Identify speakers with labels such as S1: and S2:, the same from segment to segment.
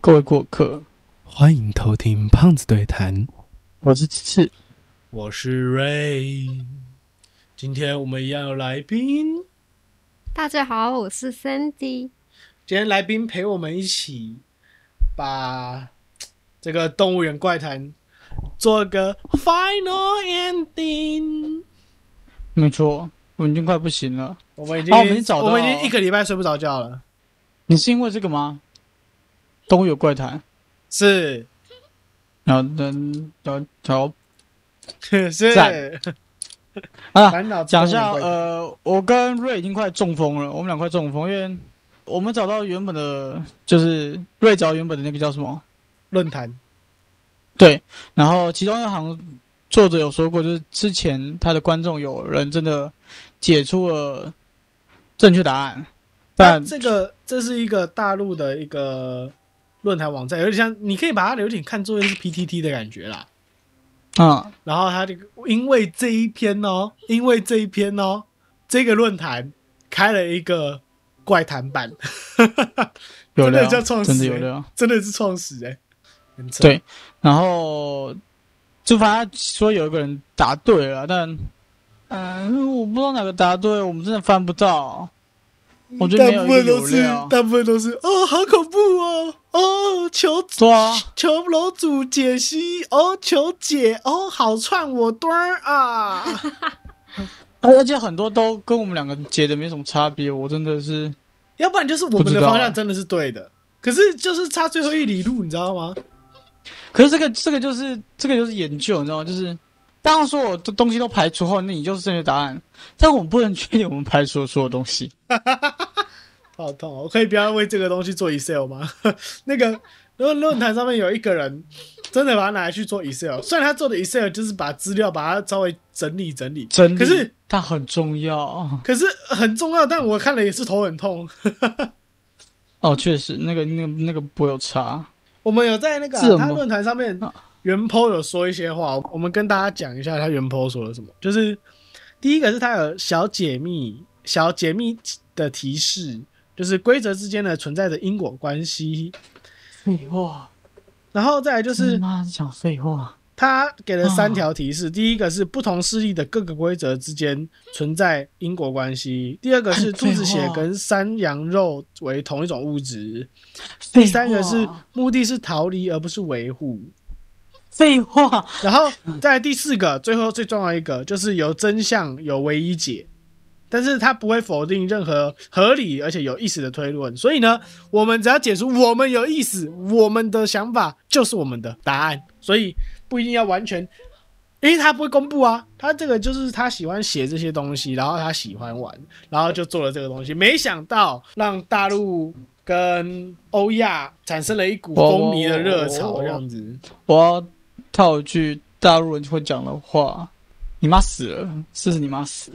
S1: 各位过客，
S2: 欢迎偷听胖子对谈。
S1: 我是七七，
S3: 我是 Ray，今天我们一样有来宾，
S4: 大家好，我是 Sandy。
S3: 今天来宾陪我们一起把这个《动物园怪谈》做个 final ending。
S1: 没错，我已经快不行了。
S3: 我们已经、
S1: 哦我们已经找到
S3: 我们已经一个礼拜睡不着觉了，
S1: 你是因为这个吗？都有怪谈，
S3: 是
S1: 然后等，然后然后
S3: 是
S1: 赞啊，
S3: 烦恼
S1: 讲一
S3: 动物园
S1: 下，
S3: 怪谈
S1: 呃，我跟瑞已经快中风了，我们俩快中风，因为我们找到原本的，就是瑞找原本的那个叫什么？
S3: 论坛
S1: 对，然后其中一行作者有说过，就是之前他的观众有人真的解出了正确答案，但
S3: 那这个这是一个大陆的一个论坛网站，有点像你可以把它有点看作是 PTT 的感觉啦。
S1: 啊、嗯，
S3: 然后他这个因为这一篇哦，因为这一篇哦，这个论坛开了一个怪谈版，
S1: 有
S3: 真的
S1: 料，
S3: 叫创始
S1: 真的有
S3: 人
S1: 料。
S3: 真的是创始人，很扯
S1: 对然后就反正说有一个人答对了，但嗯、我不知道哪个答对，我们真的翻不到。我觉得没
S3: 大
S1: 有
S3: 部
S1: 一个
S3: 分
S1: 有
S3: 都是
S1: 料，
S3: 大部分都是哦，好恐怖哦，哦，求
S1: 对啊，
S3: 求楼主解析，哦，求解，哦，好串我端儿啊，
S1: 而而且很多都跟我们两个解的没什么差别，我真的是
S3: 要不然就是我
S1: 不
S3: 们
S1: 知
S3: 的
S1: 道啊
S3: 方向真的是对的，可是就是差最后一里路，你知道吗？
S1: 可是这个这个就是这个就是研究，你知道吗？就是当所有的东西都排除后，那你就是正确答案。但我们不能确定我们排除的所有东西。
S3: 好痛哦！我可以不要为这个东西做 Excel 吗？ 那个论论坛上面有一个人真的把它拿来去做 Excel，虽然他做的 Excel 就是把资料把它稍微整理整理，
S1: 真理
S3: 可是
S1: 它很重要
S3: 可是很重要，但我看了也是头很痛。
S1: 哦，确实那个那个那个不会有差。
S3: 我们有在那个啊、
S1: 是吗
S3: 他论坛上面
S1: 啊
S3: 原 po 有说一些话，我们跟大家讲一下他原 po 说了什么。就是第一个是他有小解密，小解密的提示，就是规则之间的存在着因果关系，
S1: 废话，
S3: 然后再来就是。
S1: 他妈讲废话。
S3: 他给了三条提示，第一个是不同势力的各个规则之间存在因果关系，第二个是兔子血跟山羊肉为同一种物质，第三
S1: 哦
S3: 个是目的是逃离而不是维护，
S1: 废话，
S3: 然后再来第四个，最后最重要一个就是有真相有唯一解，但是他不会否定任何合理而且有意思的推论，所以呢，我们只要解出我们有意思，我们的想法就是我们的答案，所以不一定要完全，因为他不会公布啊，他这个就是他喜欢写这些东西，然后他喜欢玩，然后就做了这个东西，没想到让大陆。跟欧亚产生了一股风靡的热潮，这样子。
S1: 我要套一句大陆人会讲的话：“你妈死了，试试你妈死。”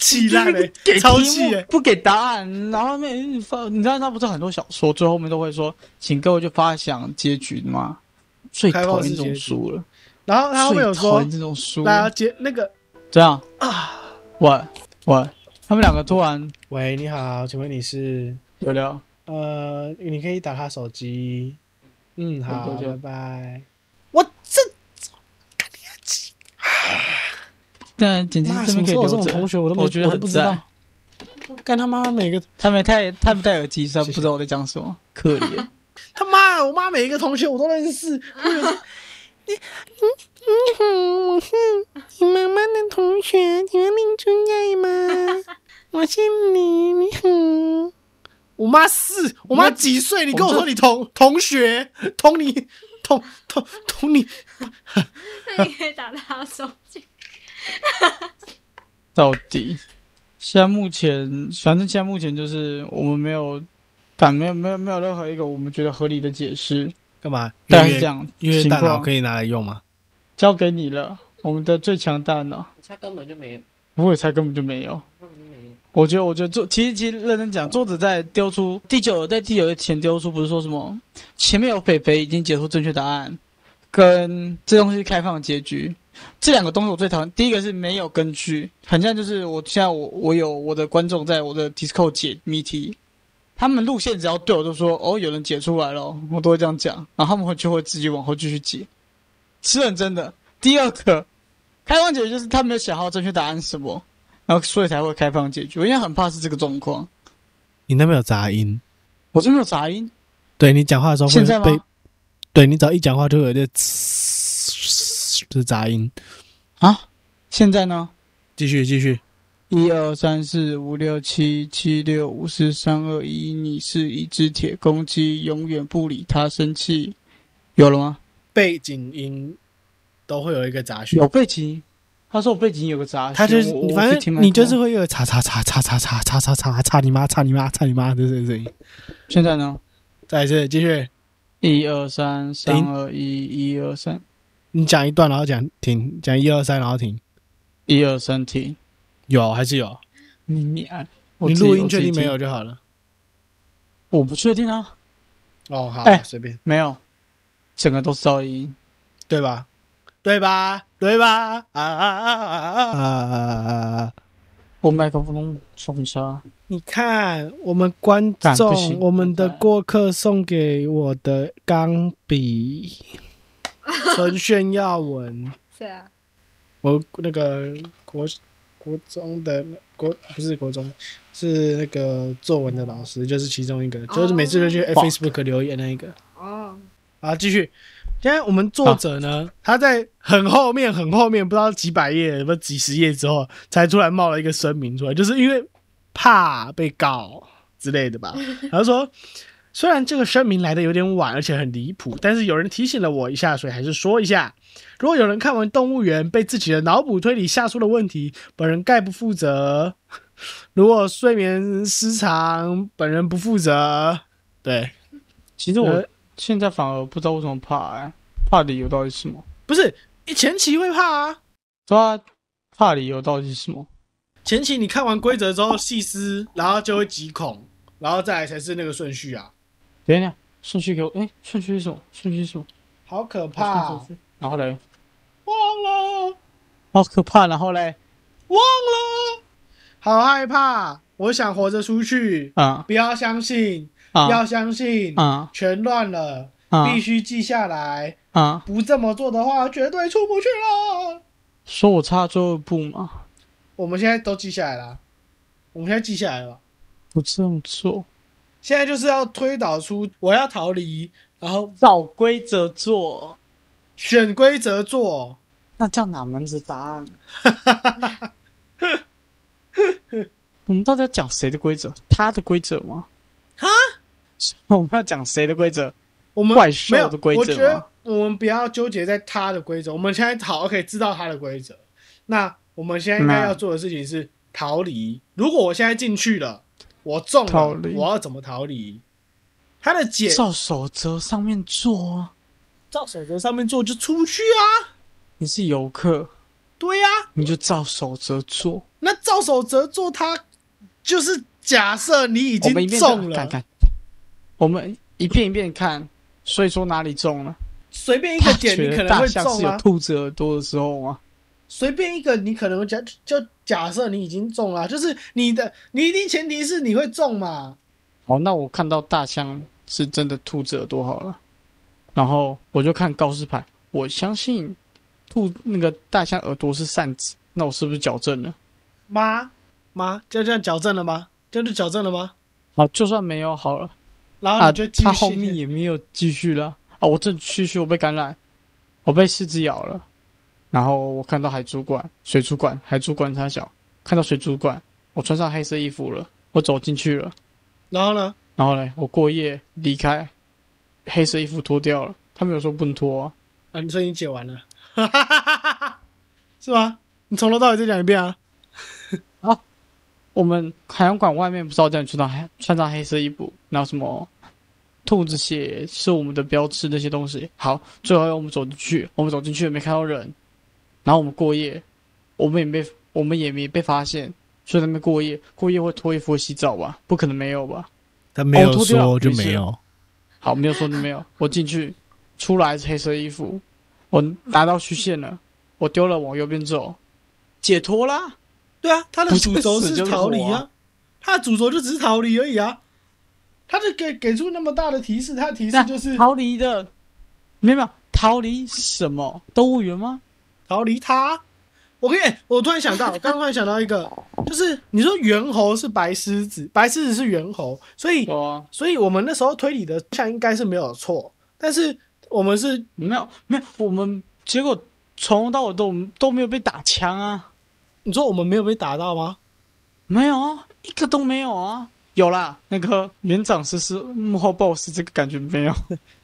S3: 气烂嘞
S1: 给，
S3: 超
S1: 题
S3: 气欸
S1: 目
S3: 嘞！
S1: 不给答案，然后面你发，你知道他不是很多小说最后面都会说，请各位去发想结局吗？最
S3: 开
S1: 讨
S3: 放
S1: 厌
S3: 式
S1: 这种
S3: 结局
S1: 书了，
S3: 然后他后面有
S1: 最讨
S3: 说
S1: 厌，这种书
S3: 大家
S1: 了。
S3: 接那个
S1: 这样，
S3: 啊，
S1: 喂喂，他们两个突然
S3: 喂，你好，请问你是？
S1: 有聊，
S3: 呃，你可以打他手机。嗯，好，
S1: 多久
S3: 拜拜。我这
S1: 但简直
S3: 妈
S1: 这
S3: 什
S1: 边
S3: 么
S1: 可以留
S3: 时候有这种同
S1: 着。
S3: 学，我都没
S1: 我觉得
S3: 都
S1: 很
S3: 不知道
S1: 赞。
S3: 干他妈每个
S1: 他没太他们戴耳机，所以他
S3: 谢
S1: 不
S3: 谢
S1: 知道我在讲什么，可怜。
S3: 他妈，我妈每一个同学我都认识。我有时候
S5: 你好，我是你妈妈的同学，请问你住在吗？我是你，你好。
S3: 我妈是我妈几岁？你跟我说你同同学同你同同同你
S4: 那你可以打他手机。
S1: 到底。现在目前，反正现在目前就是我们没有，但没有没有没有任何一个我们觉得合理的解释，
S3: 干嘛？
S1: 大概是这样
S3: 因
S1: 情
S3: 为大脑
S1: 况
S3: 可。以拿来用吗？
S1: 交给你了，我们的最强大脑。
S6: 他根本就没有，
S1: 不会猜根本就没有。
S6: 根本就没有。
S1: 我觉得，我觉得作其实其实认真讲，作者在丢出第九在第九页前丢出，不是说什么前面有肥肥已经解出正确答案，跟这东西开放的结局这两个东西我最讨厌。第一个是没有根据，很像就是我现在我我有我的观众在我的 Discord 解谜题，他们路线只要对我都说哦，有人解出来了，我都会这样讲，然后他们会就会自己往后继续解，是认真的。第二个，开放解决就是他没有想好正确答案是什么，然后所以才会开放解决，因为很怕是这个状况。
S2: 你那边有杂音，
S1: 我这边有杂音，
S2: 对你讲话的时候
S1: 现在
S2: 会
S1: 吗
S2: 被，？对你只要一讲话就会有 一个嘶，就是杂音。
S1: 啊，现在呢？
S2: 继续继续，
S1: 一二三四五六七七六五四三二一，你是一只铁公鸡，永远不理它生气。有了吗？
S3: 背景音都会有一个杂讯
S1: 有，背景，他说我背景有个杂讯，
S2: 他就是
S1: 我我
S2: 反
S1: 去听
S2: 正
S1: 麦
S2: 你就是
S1: 克
S2: 会有叉叉叉叉叉叉叉叉叉叉你妈叉你妈叉你妈的这个声音。
S1: 现在呢？
S3: 再来一次继续，
S1: 一二三三
S2: 停
S1: 二一，一二三，
S2: 你讲一段，然后讲停，讲一二三，然后停。
S1: 一二三停。
S2: 有还是有？
S1: 你你按，我
S3: 你
S1: 自己
S3: 录音
S1: 我自
S3: 确
S1: 己
S3: 定没
S1: 听
S3: 有就好了。
S1: 我不确定啊，
S3: 哦，好
S1: 哎，
S3: 随便，
S1: 没有，整个都是噪音。
S3: 对吧？对吧？对吧？啊啊啊啊啊！
S2: 啊，
S1: 我麦克风风沙，
S3: 你看，我们观
S1: 干不
S3: 众，
S1: 行
S3: 我们的
S1: 对
S3: 过客送给我的钢笔，纯炫耀文，
S4: 对啊，
S3: 我那个国国中的国不是国中，是那个作文的老师，就是其中一个，就是每次都
S1: 哦
S3: 去 Facebook 留言那一个。
S4: 哦，
S3: 啊，继续。现在我们作者呢，他在很后面、很后面，不知道几百页、不几十页之后，才突然冒了一个声明出来，就是因为怕被告之类的吧。然后说，虽然这个声明来的有点晚，而且很离谱，但是有人提醒了我一下，所以还是说一下。如果有人看完《动物园》被自己的脑补推理吓出了问题，本人概不负责。 如果睡眠失常，本人不负责。对，
S1: 其实我
S3: 呃
S1: 现在反而不知道为什么怕、欸，怕理由到底是什么？
S3: 不是前期会怕啊。
S1: 对啊，怕理由到底是什么？
S3: 前期你看完规则之后细思，然后就会极恐，然后再来才是那个顺序啊，
S1: 等一下，顺序给我，哎、顺序是什么？顺序是什么？
S3: 好可怕！啊
S1: 顺哦序是然后嘞，
S3: 忘了，
S1: 好可怕，然后嘞，
S3: 忘了，好害怕！啊我想活着出去，
S1: 啊
S3: 不要相信，
S1: 啊
S3: 要相信，
S1: 啊
S3: 全乱了，
S1: 啊
S3: 必须记下来，
S1: 啊！
S3: 不这么做的话，绝对出不去了。
S1: 说我差最后一步嘛，
S3: 我们现在都记下来了，啊我们现在记下来了。啊
S1: 不这么做，
S3: 现在就是要推导出我要逃离，然后
S1: 照规则做，
S3: 选规则做，
S1: 那叫哪门子答案？我们到底要讲谁的规则？他的规则吗？
S3: 哈，
S1: 我们要讲谁的规则？
S3: 我们
S1: 怪兽
S3: 没有
S1: 的规则
S3: 我觉得
S1: 吗
S3: 我们不要纠结在他的规则，我们现在好 OK 知道他的规则。那我们现在应该
S1: 那
S3: 要做的事情是逃离。如果我现在进去了，我中了
S1: 逃，离
S3: 我要怎么逃离？他的解
S1: 照守则上面做啊！
S3: 照守则上面做就出去啊，
S1: 你是游客，
S3: 对呀、
S1: 你就照守则做。
S3: 那照守则做他就是假设你已
S1: 我
S3: 经
S1: 们一遍
S3: 中
S1: 看
S3: 了，
S1: 看，我们一遍一遍看，所以说哪里中了？
S3: 随便一个点
S1: 大
S3: 你
S1: 学
S3: 可能
S1: 大
S3: 会
S1: 象是
S3: 中
S1: 有
S3: 啊，
S1: 兔子耳朵的时候啊，
S3: 随便一个你可能假就假设你已经中了啊，就是你的你一定前提是你会中嘛。
S1: 好，那我看到大象是真的兔子耳朵好了，然后我就看告示牌，我相信兔那个大象耳朵是扇子，那我是不是矫正了？
S3: 妈妈，就这样矫正了吗？这样就矫正了吗？
S1: 好，就算没有好了
S3: 然后
S1: 啊，
S3: 你就继续、
S1: 它后面也没有继续了啊，我正继续，我被感染，我被狮子咬了，然后我看到海主管、水主管、海主管他小，看到水主管，我穿上黑色衣服了，我走进去了。
S3: 然后呢？
S1: 然后呢，我过夜离开，黑色衣服脱掉了。他们有说不能脱啊，
S3: 啊，你声音解完了， 是吗？你从头到尾再讲一遍啊！
S1: 我们海洋馆外面不是要叫你穿上黑穿上黑色衣服，然后什么兔子血是我们的标志那些东西。好，最后我们走进去，我们走进去也没看到人，然后我们过夜，我们也没我们也没被发现，所以在那边过夜，过夜会脱衣服会洗澡吧？不可能没有吧？
S2: 他没
S1: 哦
S2: 有
S1: 脱掉
S2: 说就
S1: 没事
S2: 没有。
S1: 好，没有说你没有，我进去，出来是黑色衣服，我拿到虚线了，我丢了往右边走，解脱啦。
S3: 对啊，他的
S1: 不是
S3: 主轴
S1: 死就是
S3: 逃离
S1: 我
S3: 啊
S1: 啊，
S3: 他的主轴就只是逃离而已啊。他就给给出那么大的提示，他的提示
S1: 那
S3: 就是
S1: 逃离的，没有没有逃离什么动物园吗？
S3: 逃离他。我跟你，哎我突然想到，我刚刚突然想到一个，就是你说猿猴是白狮子，白狮子是猿猴，所以
S1: 哦，
S3: 所以我们那时候推理的项应该是没有错，但是我们是
S1: 没有没有，我们结果从头到尾都都没有被打枪啊，
S3: 你说我们没有被打到吗？
S1: 没有啊，一个都没有啊。有啦，那个园长是是幕后 boss，这个感觉没有。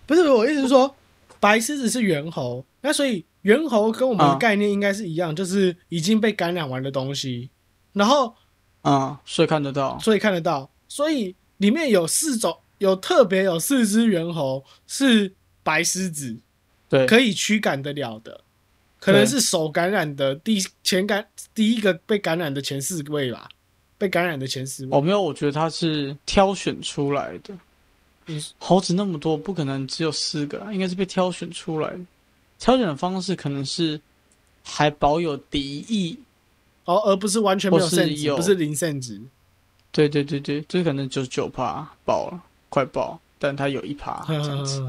S3: 不是，我意思是说，白狮子是猿猴，那所以猿猴跟我们的
S1: 啊
S3: 概念应该是一样，就是已经被感染完的东西，然后
S1: 啊、所以看得到。
S3: 所以看得到，所以里面有四种，有特别有四只猿猴是白狮子，
S1: 对，
S3: 可以驱赶得了的，可能是首感染的第前感第一个被感染的前四位吧，被感染的前四位，
S1: 哦，没有，我觉得他是挑选出来的
S3: 嗯。
S1: 猴子那么多，不可能只有四个啊啦，应该是被挑选出来的。挑选的方式可能是还保有敌意。
S3: 哦，而不是完全没有
S1: 或是
S3: 圣值，
S1: 有
S3: 不是零圣值，
S1: 对对对对，这可能九十九趴爆了，快爆，但他有一趴这样子，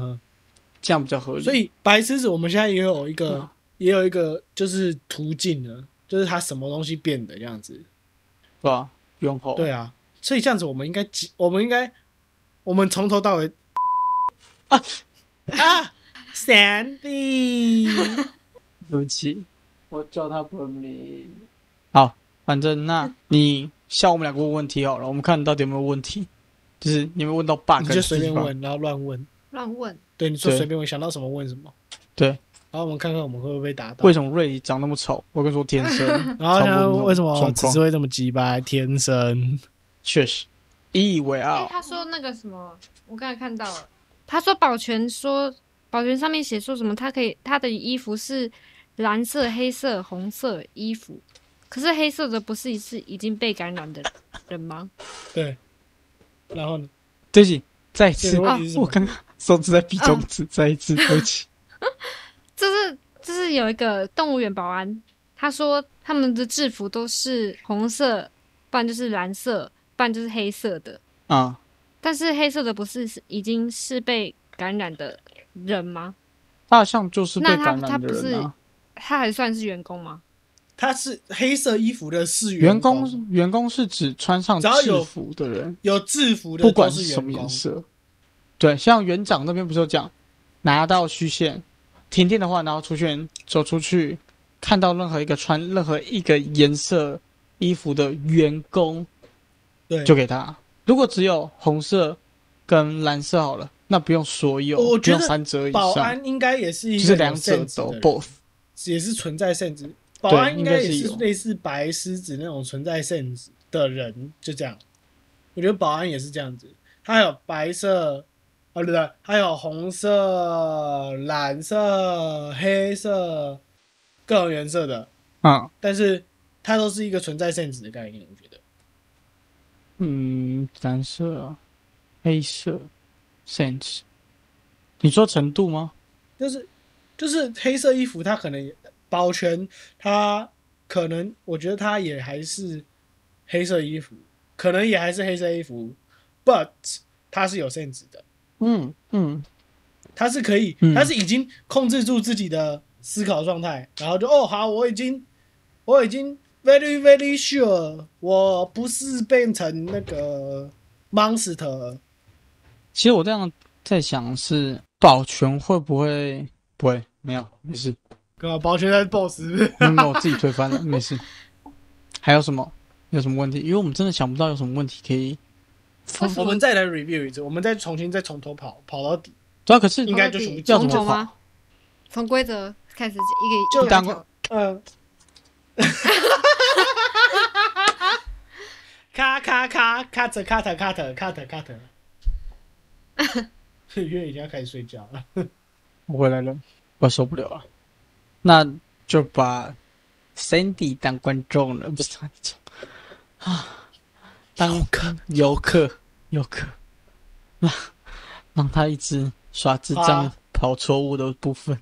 S1: 这样比较合理。
S3: 所以白狮子我们现在也有一个、
S1: 嗯
S3: 也有一个就是途径呢，就是它什么东西变的这样子。
S1: 是吧？猿猴
S3: 对啊，所以这样子我们应该几我们应该我们从头到 尾
S1: 啊
S3: 啊，Sandy，
S1: 对不起，我叫他本名。好，反正那你向我们两个问问题好了，我们看你到底有没有问题，就是你有没有问到 bug，
S3: 你
S1: 的
S3: 就
S1: 地
S3: 随便
S1: 方
S3: 问，然后乱问。
S4: 乱问，
S3: 对，你说
S1: 对
S3: 随便问，想到什么问什么。
S1: 对
S3: 然后我们看看我们会不会被打到。
S1: 为。什么瑞长那么丑？我跟你说，天生
S3: 然后
S1: 差不多
S3: 呢
S1: 那？种
S3: 为什么
S1: 状
S3: 只
S1: 况
S3: 是会这么鸡掰？天生
S1: 确实啊引以为
S4: 哎、
S1: 傲。
S4: 他说那个什么，我刚才看到了，他说保全说保全上面写说什么，他可以他的衣服是蓝色、黑色、红色衣服，可是黑色的不是是已经被感染的人吗？
S3: 对。然后呢？
S1: 对不起，再一
S3: 这
S1: 次
S3: 个，问题是什
S1: 我
S3: 么？
S1: 刚刚手指在比中指，再一次，对不 起。
S4: 就是就是有一个动物园保安，他说他们的制服都是红色，不然就是蓝色，不然就是黑色的。
S1: 啊，
S4: 但是黑色的不是是已经是被感染的人吗？
S1: 大象就是被
S4: 那他
S1: 感
S4: 他
S1: 染的
S4: 不
S1: 人啊。
S4: 他还算是员工吗？
S3: 他是黑色衣服的是
S1: 员
S3: 工
S1: 工员工是指穿上
S3: 只要有
S1: 制服的人，
S3: 有制服的
S1: 不管
S3: 都
S1: 是
S3: 是
S1: 什么
S3: 员工
S1: 颜，色。对，像园长那边不是有讲，拿到虚线，停电的话，然后出现走出去，看到任何一个穿任何一个颜色衣服的员工，
S3: 对，
S1: 就给他。如果只有红色跟蓝色好了，那不用所有，
S3: 我
S1: 不
S3: 觉得
S1: 用三折以
S3: 保
S1: 上，
S3: 安应该也是一
S1: 就
S3: 个
S1: 是两者
S3: 有 sense
S1: 都
S3: 的人
S1: both。
S3: 也是存在圣职，保安应该也
S1: 应该
S3: 是
S1: 是有
S3: 类似白狮子那种存在圣职的人，就这样。我觉得保安也是这样子，他有白色，哦对对，还有红色、蓝色、黑色，各种颜色的，
S1: 嗯
S3: 但是它都是一个存在圣职的概念，我觉得。
S1: 嗯，蓝色、黑色、sense。你说程度吗？
S3: 就是就是黑色衣服，它可能保全，它可能我觉得它也还是黑色衣服，可能也还是黑色衣服，but 它是有限制的，
S1: 嗯嗯，
S3: 它是可以，
S1: 嗯
S3: 它是已经控制住自己的思考状态，然后就哦好，我已经我已经 very very sure 我不是变成那个 monster，
S1: 其实我这样在想是保全会不会不会没有没事，
S3: 干嘛保全在 boss 是不是
S1: 没有没有我自己推翻 了，没事。还有什么？有什么问题？因为我们真的想不到有什么问题可以。
S4: 为什
S3: 我
S4: 么
S3: 们？再来 review 一次，我们再重新再从头跑跑到底，
S1: 对啊，可是
S3: 应该就是
S1: 叫什么
S4: 从头
S1: 法
S4: 吗？从规则开始一
S3: 就
S4: 个一
S1: 当
S4: 个条
S3: 嗯， 咔咔咔咔特咔特咔特咔特咔 特，月已经要开始睡觉了。
S1: 我回来了，我受不了了，那就把 Sandy 当观众了，不是观众啊，当客游客游客，让让他一直耍智
S3: 好
S1: 障
S3: 啊
S1: 跑错误的部分。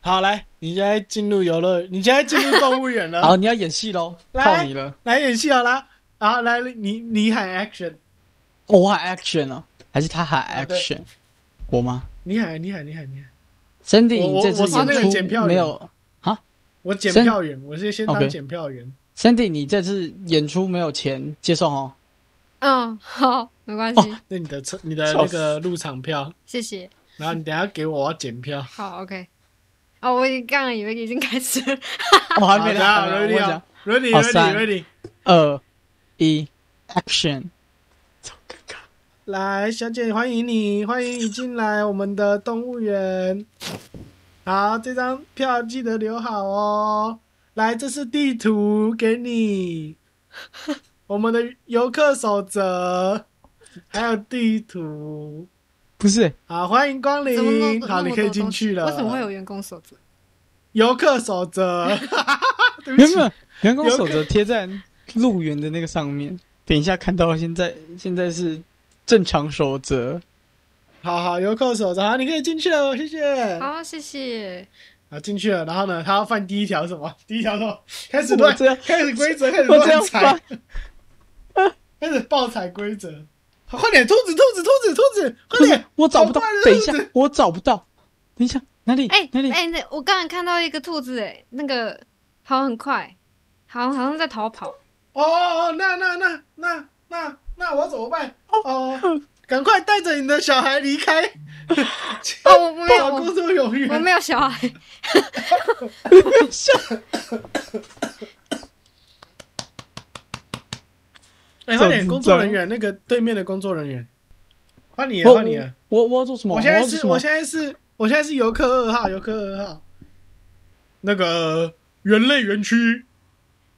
S3: 好，来，你现在进入游乐，你现在进入动物园
S1: 然后
S3: 了，
S1: 你要演戏喽，
S3: 来
S1: 靠你了，
S3: 来演戏好啦。好，来你你喊 action，
S1: 哦我喊 action 哦，还是他喊
S3: 啊对
S1: action？、我吗
S3: 你喊，你喊，你喊，你喊！
S1: ？Cindy，
S3: 我
S1: 你
S3: 我
S1: 这次
S3: 我是那个检
S1: 演
S3: 票
S1: 出
S3: 员
S1: 没有
S3: 我检
S1: 先
S3: 票员，我是先当
S1: OK
S3: 检票员。
S1: ？Cindy，你这次演出没有钱，接受 哦。
S4: 嗯，好，没关系，
S3: 那你的车，你的那个入场票，
S4: 谢谢。
S3: 然后你等一下给我，我要检票。
S4: 好，OK。哦，我已经刚刚以为已经开始 了。
S1: 我还
S3: 好
S1: 没
S3: 等一下
S1: 来，我
S3: ready
S1: 讲
S3: 啊，ready
S1: 好
S3: ready
S1: 三
S3: ready，
S1: 二一 action。超尴尬
S3: 来，小姐，欢迎你，欢迎你进来我们的动物园。好，这张票记得留好哦。来，这是地图，给你。我们的游客守则，还有地图。
S1: 不是
S3: 好，欢迎光
S4: 怎么那么
S3: 临。
S4: 多
S3: 好，
S4: 那么
S3: 你
S4: 多
S3: 哎可以
S4: 东
S3: 进
S4: 西
S3: 去了。
S4: 为什么会有员工守则？
S3: 游客守则？对不
S1: 原
S3: 起，
S1: 本员工
S3: 有
S1: 守则贴在路缘的那个上面，等一下看到现在现在是正常守则。
S3: 好好，游客守则，好，你可以进去了，谢谢。
S4: 好，谢谢。
S3: 啊，进去了，然后呢，他要犯第一条是什么？第一条是什么？开始
S1: 我
S3: 乱
S1: 这样，
S3: 开始规则，开始
S1: 我这
S3: 乱
S1: 样
S3: 踩
S1: 翻，
S3: 开始爆踩规则。好快点，兔子，兔子，兔子，兔子，快
S1: 不是
S3: 点！
S1: 我找不到
S3: 好啊快，的
S1: 等一下
S3: 兔子
S1: 我找不到，等一下哪里？
S4: 哎
S1: 哪里？
S4: 哎，那我刚刚看到一个兔子，哎，那个跑很快，好像好像在 逃跑。
S3: 哦哦，那那那那那那我怎么办？哦，赶快带着你的小孩离开，
S4: 哦，我没有，
S3: 跑
S4: 我
S3: 工作永
S4: 我
S3: 远。
S4: 没有小孩。
S3: 哎，快点，工作人员，那个对面的工作人员，换你了，
S1: 我
S3: 换你了。啊
S1: 我我要做什么？
S3: 我现在
S1: 要做
S3: 是，
S1: 什么
S3: 我现在是，我现在是游客二号，游客二号。那个人类园区，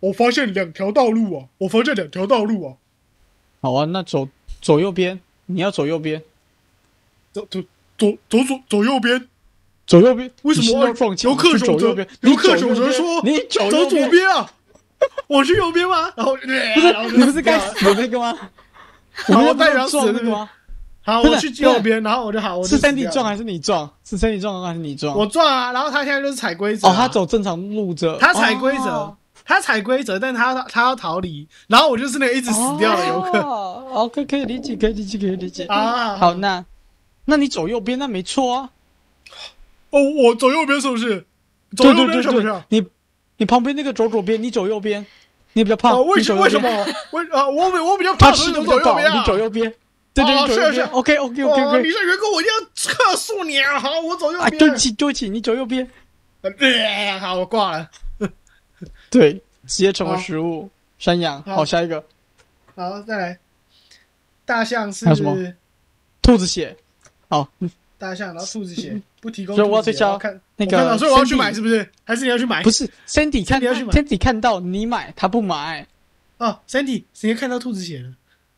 S3: 我发现两条道路啊，我发现两条道路啊，
S1: 好啊，那走走右边，你要走右边，
S3: 走走走走左走右边，
S1: 走右边。
S3: 为什
S1: 你
S3: 么
S1: 心
S3: 按
S1: 都放弃？
S3: 游客
S1: 你走
S3: 守
S1: 右
S3: 则
S1: 边？，
S3: 游客守
S1: 你走右
S3: 则
S1: 边
S3: 说
S1: 你走
S3: 走
S1: 右
S3: 左，边啊， 我去右边吗？然后不
S1: 不是你不是该
S3: 该
S1: 死的那个吗？我
S3: 好
S1: 们要
S3: 我带
S1: 不
S3: 人
S1: 是
S3: 死
S1: 撞
S3: 那
S1: 那
S3: 个
S1: 个吗？
S3: 好，
S1: 不是
S3: 我去右边，然后我就好，我就是
S1: 三 D
S3: 死掉
S1: 撞
S3: 了
S1: 还是你撞？是三 D 撞还是你撞？
S3: 我撞啊，然后他现在就是踩规则啊，
S1: 哦，他走正常路着，
S3: 他踩规则，
S1: 哦
S3: 他踩规则，但他他要逃离，然后我就是那个一直死掉的游客。
S1: 哦，哦可以可以理解，可以理解，可以理解。
S3: 啊，
S1: 好，那那你走右边，那没错啊。
S3: 哦，我走右边是不是？走
S1: 对
S3: 右
S1: 对
S3: 边是不
S1: 对
S3: 是？
S1: 对
S3: 啊，，
S1: 你你旁边那个走左边，你走右边，你比较胖，
S3: 为
S1: 你走
S3: 什么？
S1: 右
S3: 为什
S1: 边
S3: 么？为啊，我比我比较
S1: 他
S3: 胖，所
S1: 吃
S3: 以
S1: 的
S3: 我
S1: 比
S3: 走
S1: 较
S3: 右
S1: 饱，
S3: 边啊。
S1: 你走右边。对对，你
S3: 哦
S1: 走
S3: 是
S1: 右
S3: 是
S1: 边。OK OK
S3: 哦
S1: OK
S3: 你
S1: OK。
S3: 是员工，我一定要 克诉你 啊！好，我走右
S1: 啊，
S3: 边。
S1: 对不起对不起，你走右边。
S3: 呃好，我挂了。
S1: 对，直接成为
S3: 好
S1: 食物。山羊，
S3: 好
S1: 好，下一个
S3: 好，再来。大象是
S1: 还有什么兔子血。好，
S3: 大象，然后兔 子血不提供兔
S1: 所
S3: 子
S1: 以
S3: 血。
S1: 我要推销
S3: 看
S1: 那
S3: 我
S1: 个
S3: 看到所以我要去
S1: Cindy
S3: 买，是不是？还是你要去买？
S1: 不是 Sandy 看
S3: 哎 Sandy 要去买
S1: Sandy 看到你买，他不买
S3: 哦，Sandy，谁看到兔子血了？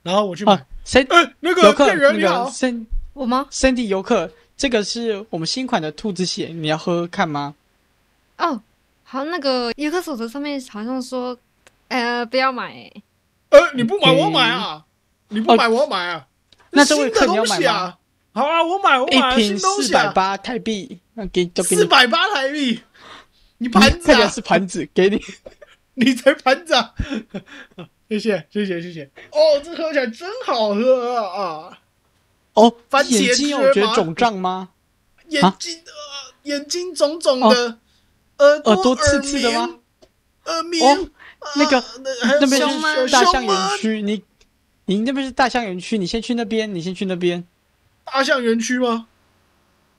S3: 然后我去买
S1: 啊。。Sandy
S3: 哎，那个
S1: 游客
S3: 店
S1: 那
S3: 员你
S1: 个
S3: 好，
S1: San
S4: 我吗？
S1: Sandy 游客，这个是我们新款的兔子血，你要喝喝看吗？
S4: 哦，好，那个游客守则上面好像说，呃，不要买、欸。
S3: 呃，你不买
S1: OK 哦
S3: 我买啊，你不买我买啊。
S1: 那这
S3: 新
S1: 位
S3: 的
S1: 客你要
S3: 东
S1: 买
S3: 西
S1: 吗？
S3: 啊，好啊，我买我
S1: 一
S3: 买
S1: 瓶
S3: 新东
S1: 四
S3: 西
S1: 百
S3: 啊，
S1: 八台币，那给就给你
S3: 四。百八台币，你 盘子
S1: 这个
S3: 啊
S1: 是，盘子，给你。
S3: 你才盘子啊， 谢谢谢谢谢谢，哦，这喝起来真好喝啊，
S1: 哦
S3: 番，茄
S1: 眼睛有
S3: 汁
S1: 觉得
S3: 吗
S1: 肿胀吗？
S3: 眼
S1: 啊
S3: 睛呃眼睛肿肿的，耳
S1: 哦耳朵刺刺的？
S3: 耳
S1: 吗
S3: 鸣耳鸣
S1: 哦，
S3: 呃
S1: 那个
S3: 还有
S1: 那边
S3: 胸
S1: 是
S3: 闷
S1: 大象
S3: 胸闷
S1: 园区，你你那边是大象园区，你先去那边，你先去那边。
S3: 大象园区吗？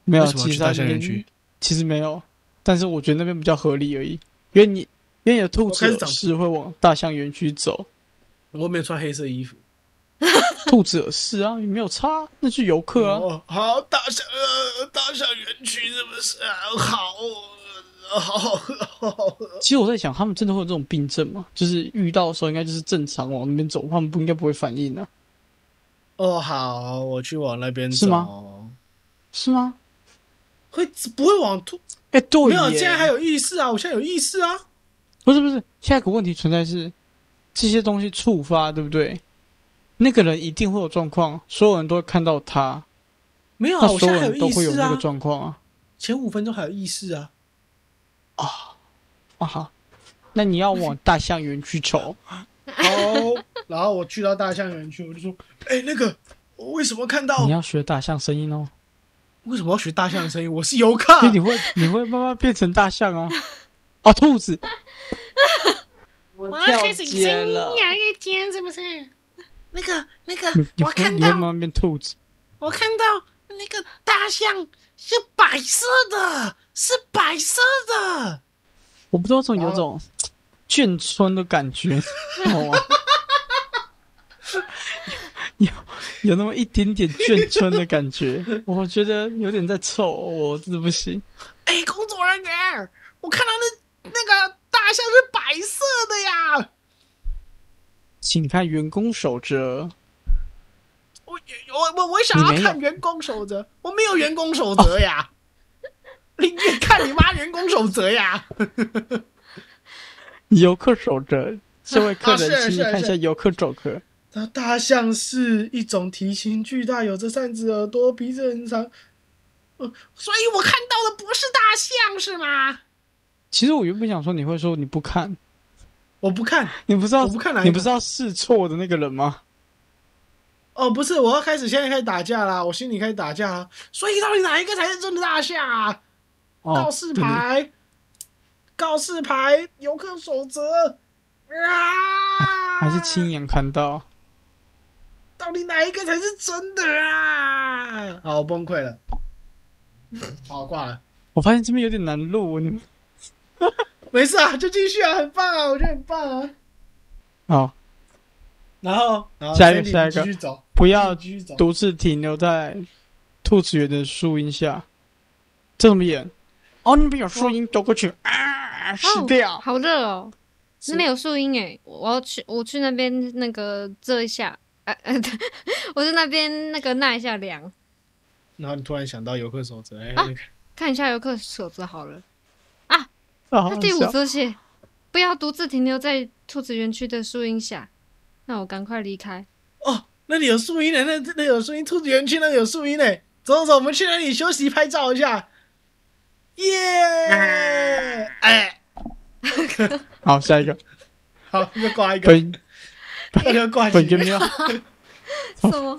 S1: 没有，
S2: 为什么要
S1: 其
S2: 去
S1: 实
S2: 大
S1: 它
S2: 象
S1: 那
S2: 园
S1: 边
S2: 区
S1: 其实没有，但是我觉得那边比较合理而已，因为你因为有兔
S3: 我开始
S1: 子
S3: 长
S1: 耳是会往大象园区 走，
S3: 我没有穿黑色衣服。
S1: 兔子耳是啊，也没有差，那是游客 啊。
S3: 哦，好，大象呃，大象园区是不是啊？好，呃好好喝，好好喝。
S1: 其实我在想，他们真的会有这种病症吗？就是遇到的时候，应该就是正常往那边走，他们不应该不会反应啊，
S3: 哦，好，我去往那边走。
S1: 是是吗？
S3: 会不会往吐？
S1: 哎、对
S3: 没有，现在还
S1: 有
S3: 有意识啊！我现在有意识啊！
S1: 不是不是，下一个问题存在是这些东西触发，对不对？那个人一定会有状况，所有人都会看到他，
S3: 没有
S1: 那
S3: 啊，我
S1: 所
S3: 现在还
S1: 人都
S3: 意
S1: 会有
S3: 识
S1: 那
S3: 啊
S1: 个！状况啊。
S3: 前五分钟还有意识啊！
S5: 哦
S1: 啊，好，那你要往大象园区走。
S3: 好，然后我去到大象园区，我就说，哎、那个我为什么看到
S1: 你要学大象声音哦，
S3: 为什么要学大象的声音？我是游客 啊，
S1: 因为你会你会慢慢变成大象 啊，哦，兔子，我
S5: 要
S1: 跳
S5: 开始
S1: 街
S5: 声音
S1: 了，
S5: 越来越尖，是不是？那个那个
S1: 你，你
S5: 我
S1: 会
S5: 看
S1: 你会慢
S5: 到
S1: 慢变兔子，
S5: 我看到那个大象是白色的，是白色的。
S1: 我不知道为什
S5: 哦
S1: 么有种眷村的感 觉，好玩。有有那么一点点眷村的感觉，我觉得有点在臭，我真的不行。
S5: 哎，工作人员，我看到那那个大象是白色的呀！
S1: 请看员工守则，
S5: 我我我我想
S1: 你没
S5: 要
S1: 有
S5: 看员工守则，我没有员工守则呀。你你看你妈员工守则呀！
S1: 游客守则。这位客人
S3: 啊，是
S1: 请你
S3: 是
S1: 看一下
S3: 是
S1: 游客守则。
S3: 那大象是一种体型巨大、有着扇子耳朵、鼻子很长。
S5: 哦所以我看到的不是大象是吗？
S1: 其实我原本想说你会说你不看，
S3: 我不看
S1: 你不知道
S3: 我不看哪一个
S1: 你不知道试错的那个人吗？
S3: 哦，不是，我要开始，现在开始打架啦！我心里开始打架啦。所以到底哪一个才是真的大象啊？
S1: 哦，
S3: 告示
S1: 对对
S3: 牌，告示牌，游客守则啊！
S1: 还是亲眼看到。
S3: 到底哪一个才是真的啊？好，我崩溃了，
S1: 嗯
S3: 好挂了。
S1: 我发现这边有点难录，你们
S3: 没事啊，就继续啊，很棒啊，我觉得很棒啊。
S1: 哦，
S3: 然后，然后
S1: 下一个
S3: Sandy，
S1: 下一
S3: 你
S1: 个
S3: 继续走，
S1: 不要
S3: 继续走。
S1: 独自停留在兔子园的树荫下。这怎么演？哦，那边有树荫，走过去
S3: 哦
S1: 啊，死掉。
S4: 好热哦，那边有树荫哎，我要去，我去那边那个遮一下，呃 呃，我去那边那个纳一下凉，
S3: 然后你突然想到游客守则，哎、
S4: 啊
S3: 那个
S4: 看一下游客守则好了。
S1: 啊
S4: 那第五
S1: 笑
S4: 则写，不要独自停留在兔子园区的树荫下。那我赶快离开。
S3: 哦，那里有树荫呢，那那有树荫，兔子园区那里有树荫呢。走走，我们去那里休息拍照一下。耶、 哎，
S1: 好，下一个。
S3: 好，又挂一个，
S1: 本
S3: 又挂
S1: 本
S3: 几
S1: 园
S3: 个。
S1: 没有
S4: 什么？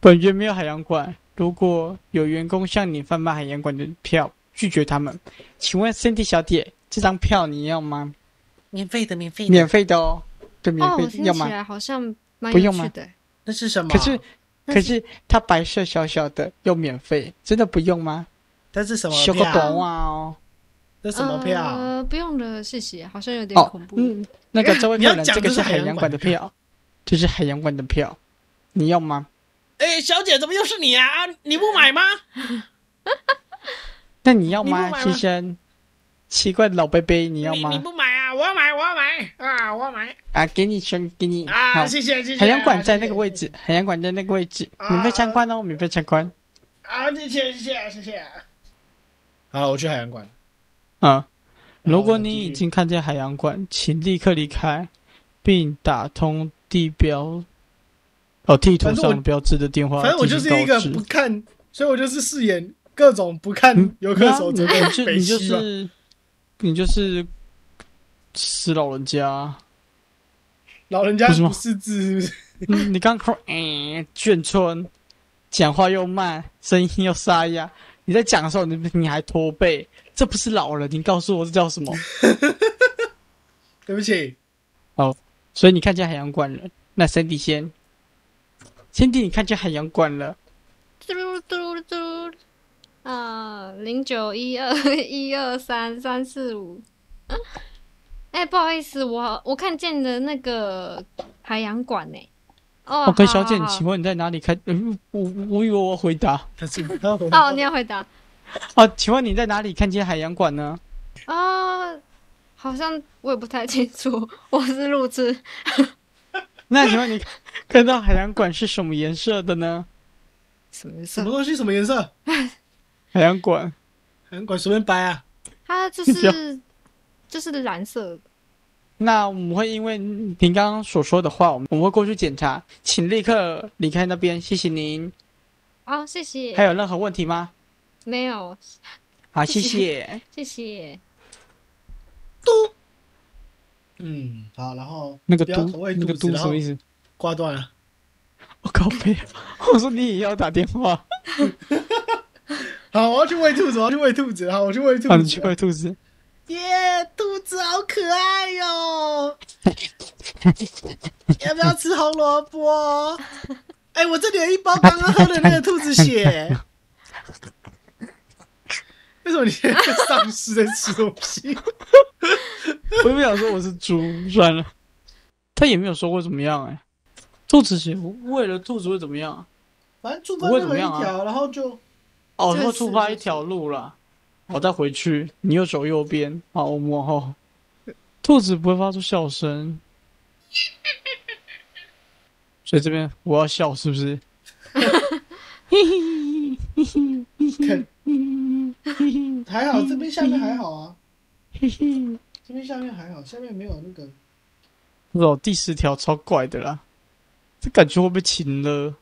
S1: 本园没有海洋馆。如果有员工向你贩卖海洋馆的票，拒绝他们。请问身体小姐，这张票你要吗？
S5: 免费的，免费的。
S1: 免费的哦，对， 免
S4: 哦，
S1: 费
S4: 我
S1: 的、
S4: 听
S1: 要
S4: 起
S1: 吗？
S4: 来好像蛮
S1: 不
S4: 有
S1: 用吗
S4: 趣的。
S3: 那是什么？
S1: 可是
S4: 那
S1: 可
S4: 是
S1: 是它白色小小的又免费，真的不用吗？
S3: 那是什么
S1: 修个
S3: 票？
S1: 短袜哦。
S3: 那什么票？
S5: 啊
S4: 呃，不用了，谢谢。好像有点
S1: 啊哦
S4: 恐，怖。
S1: 嗯，那个这位
S3: 你要
S1: 客人，
S3: 讲
S1: 这个
S3: 这是
S1: 是
S3: 海
S1: 海
S3: 洋
S1: 洋
S3: 馆
S1: 馆的
S3: 的票
S1: 票，这是海洋馆的票，你要吗？
S5: 哎、小姐，怎么又是你啊？啊你不买吗？
S1: 那你要
S3: 你不
S1: 吗，
S3: 买
S1: 先
S3: 吗
S1: 生？奇怪的老贝贝，你要
S5: 你你
S1: 吗？
S5: 不买啊？我要买，我要买啊！我要买
S1: 啊，给你全给你。好
S5: 啊！，谢谢谢谢。
S1: 海洋馆在那个
S5: 位
S1: 位
S3: 啊
S1: 置，海洋馆在那个位置，
S5: 啊
S1: 免费参观哦，免费参观。
S5: 啊！谢谢谢谢谢谢。
S3: 好了，我去海洋馆。哦
S1: 啊，
S3: 然
S1: 如
S3: 后
S1: 果
S3: 呢
S1: 你
S3: 继
S1: 已
S3: 续
S1: 经看见海洋馆，请立刻离开，并打通地标哦地图
S3: 反正我
S1: 上标志的电话
S3: 反正我
S1: 进
S3: 就
S1: 行
S3: 是一
S1: 告
S3: 个
S1: 知
S3: 不看，所以我就是饰演各种不看
S1: 嗯
S3: 游客守则
S1: 那
S3: 的
S1: 你就
S3: 北
S1: 你就
S3: 西吧。啊
S1: 是你就是死老人 家。
S3: 老人家
S1: 不是吗
S3: 不识字，
S1: 嗯，你刚说，哎，眷村，讲话又慢，声音又沙哑。你在讲的时候，你你还驼背，这不是老人？你告诉我这叫什么？
S3: 对不起，
S1: 所以你看见海洋馆了，那 Cindy 先，Cindy 你看见海洋馆了，
S4: 嘟噜嘟噜嘟噜，啊，零九一二一二三三四五。哎、不好意思，我我看见了那个海洋馆呢、哦，
S1: 哦，可以
S4: 好
S1: 小姐，
S4: 好好
S1: 请问你在哪里看？嗯，我我以为我回答
S3: 但是我要回答
S4: 哦，你要回答
S1: 啊，请问你在哪里看见海洋馆呢？
S4: 啊、好像我也不太清楚，我是路痴。
S1: 那请问你看到海洋馆是什么颜色的呢？
S4: 什么
S3: 什
S4: 色
S3: 么？东西什么颜色？
S1: 海洋馆
S3: 海洋馆随便掰啊！
S4: 它就
S1: 你不要
S4: 是就是蓝色的。
S1: 那我们会因为您刚刚所说的话，我们我们会过去检查，请立刻离开那边，谢谢您。
S4: 哦，谢谢。
S1: 还有任何问题吗？
S4: 没有，
S1: 好，
S4: 谢
S1: 谢
S4: 谢
S1: 谢。
S4: 谢谢。
S3: 嗯，好，然后
S1: 那个
S3: 不要
S1: 嘟
S3: 投喂
S1: 那个
S3: 肚
S1: 嘟
S3: 子然
S1: 什
S3: 后
S1: 么意思？
S3: 挂断了。
S1: 我靠背，我说你也要打电话，
S3: 好，我要去喂兔子，我要去喂兔子，好，我去喂兔
S1: 反正啊去
S3: 子。
S1: 喂兔子。
S3: 耶兔子好可爱哟、 要不要吃红 萝卜？哎、我这里有一包刚刚喝的那个兔子血。为什么你现在丧尸在吃东 西？
S1: 我也没想说我是猪，算了。他也没有说过怎么样哎、兔子血为了兔子会怎么样啊？
S3: 反正触发
S1: 不会
S3: 那
S1: 怎
S3: 么
S1: 么
S3: 一
S1: 样啊
S3: 条，然后就
S1: 哦，
S4: 这
S1: 然后
S4: 是
S1: 触发
S4: 这
S1: 一
S4: 是
S1: 条路啦。我再回去，你右手右边，好，我们往后。兔子不会发出笑声，所以这边我要笑是不是？
S3: 还好，这边下面还好 啊。这边下面还好，下面没有那个。
S1: 哦，第十条超怪的啦，这感觉会被擒了。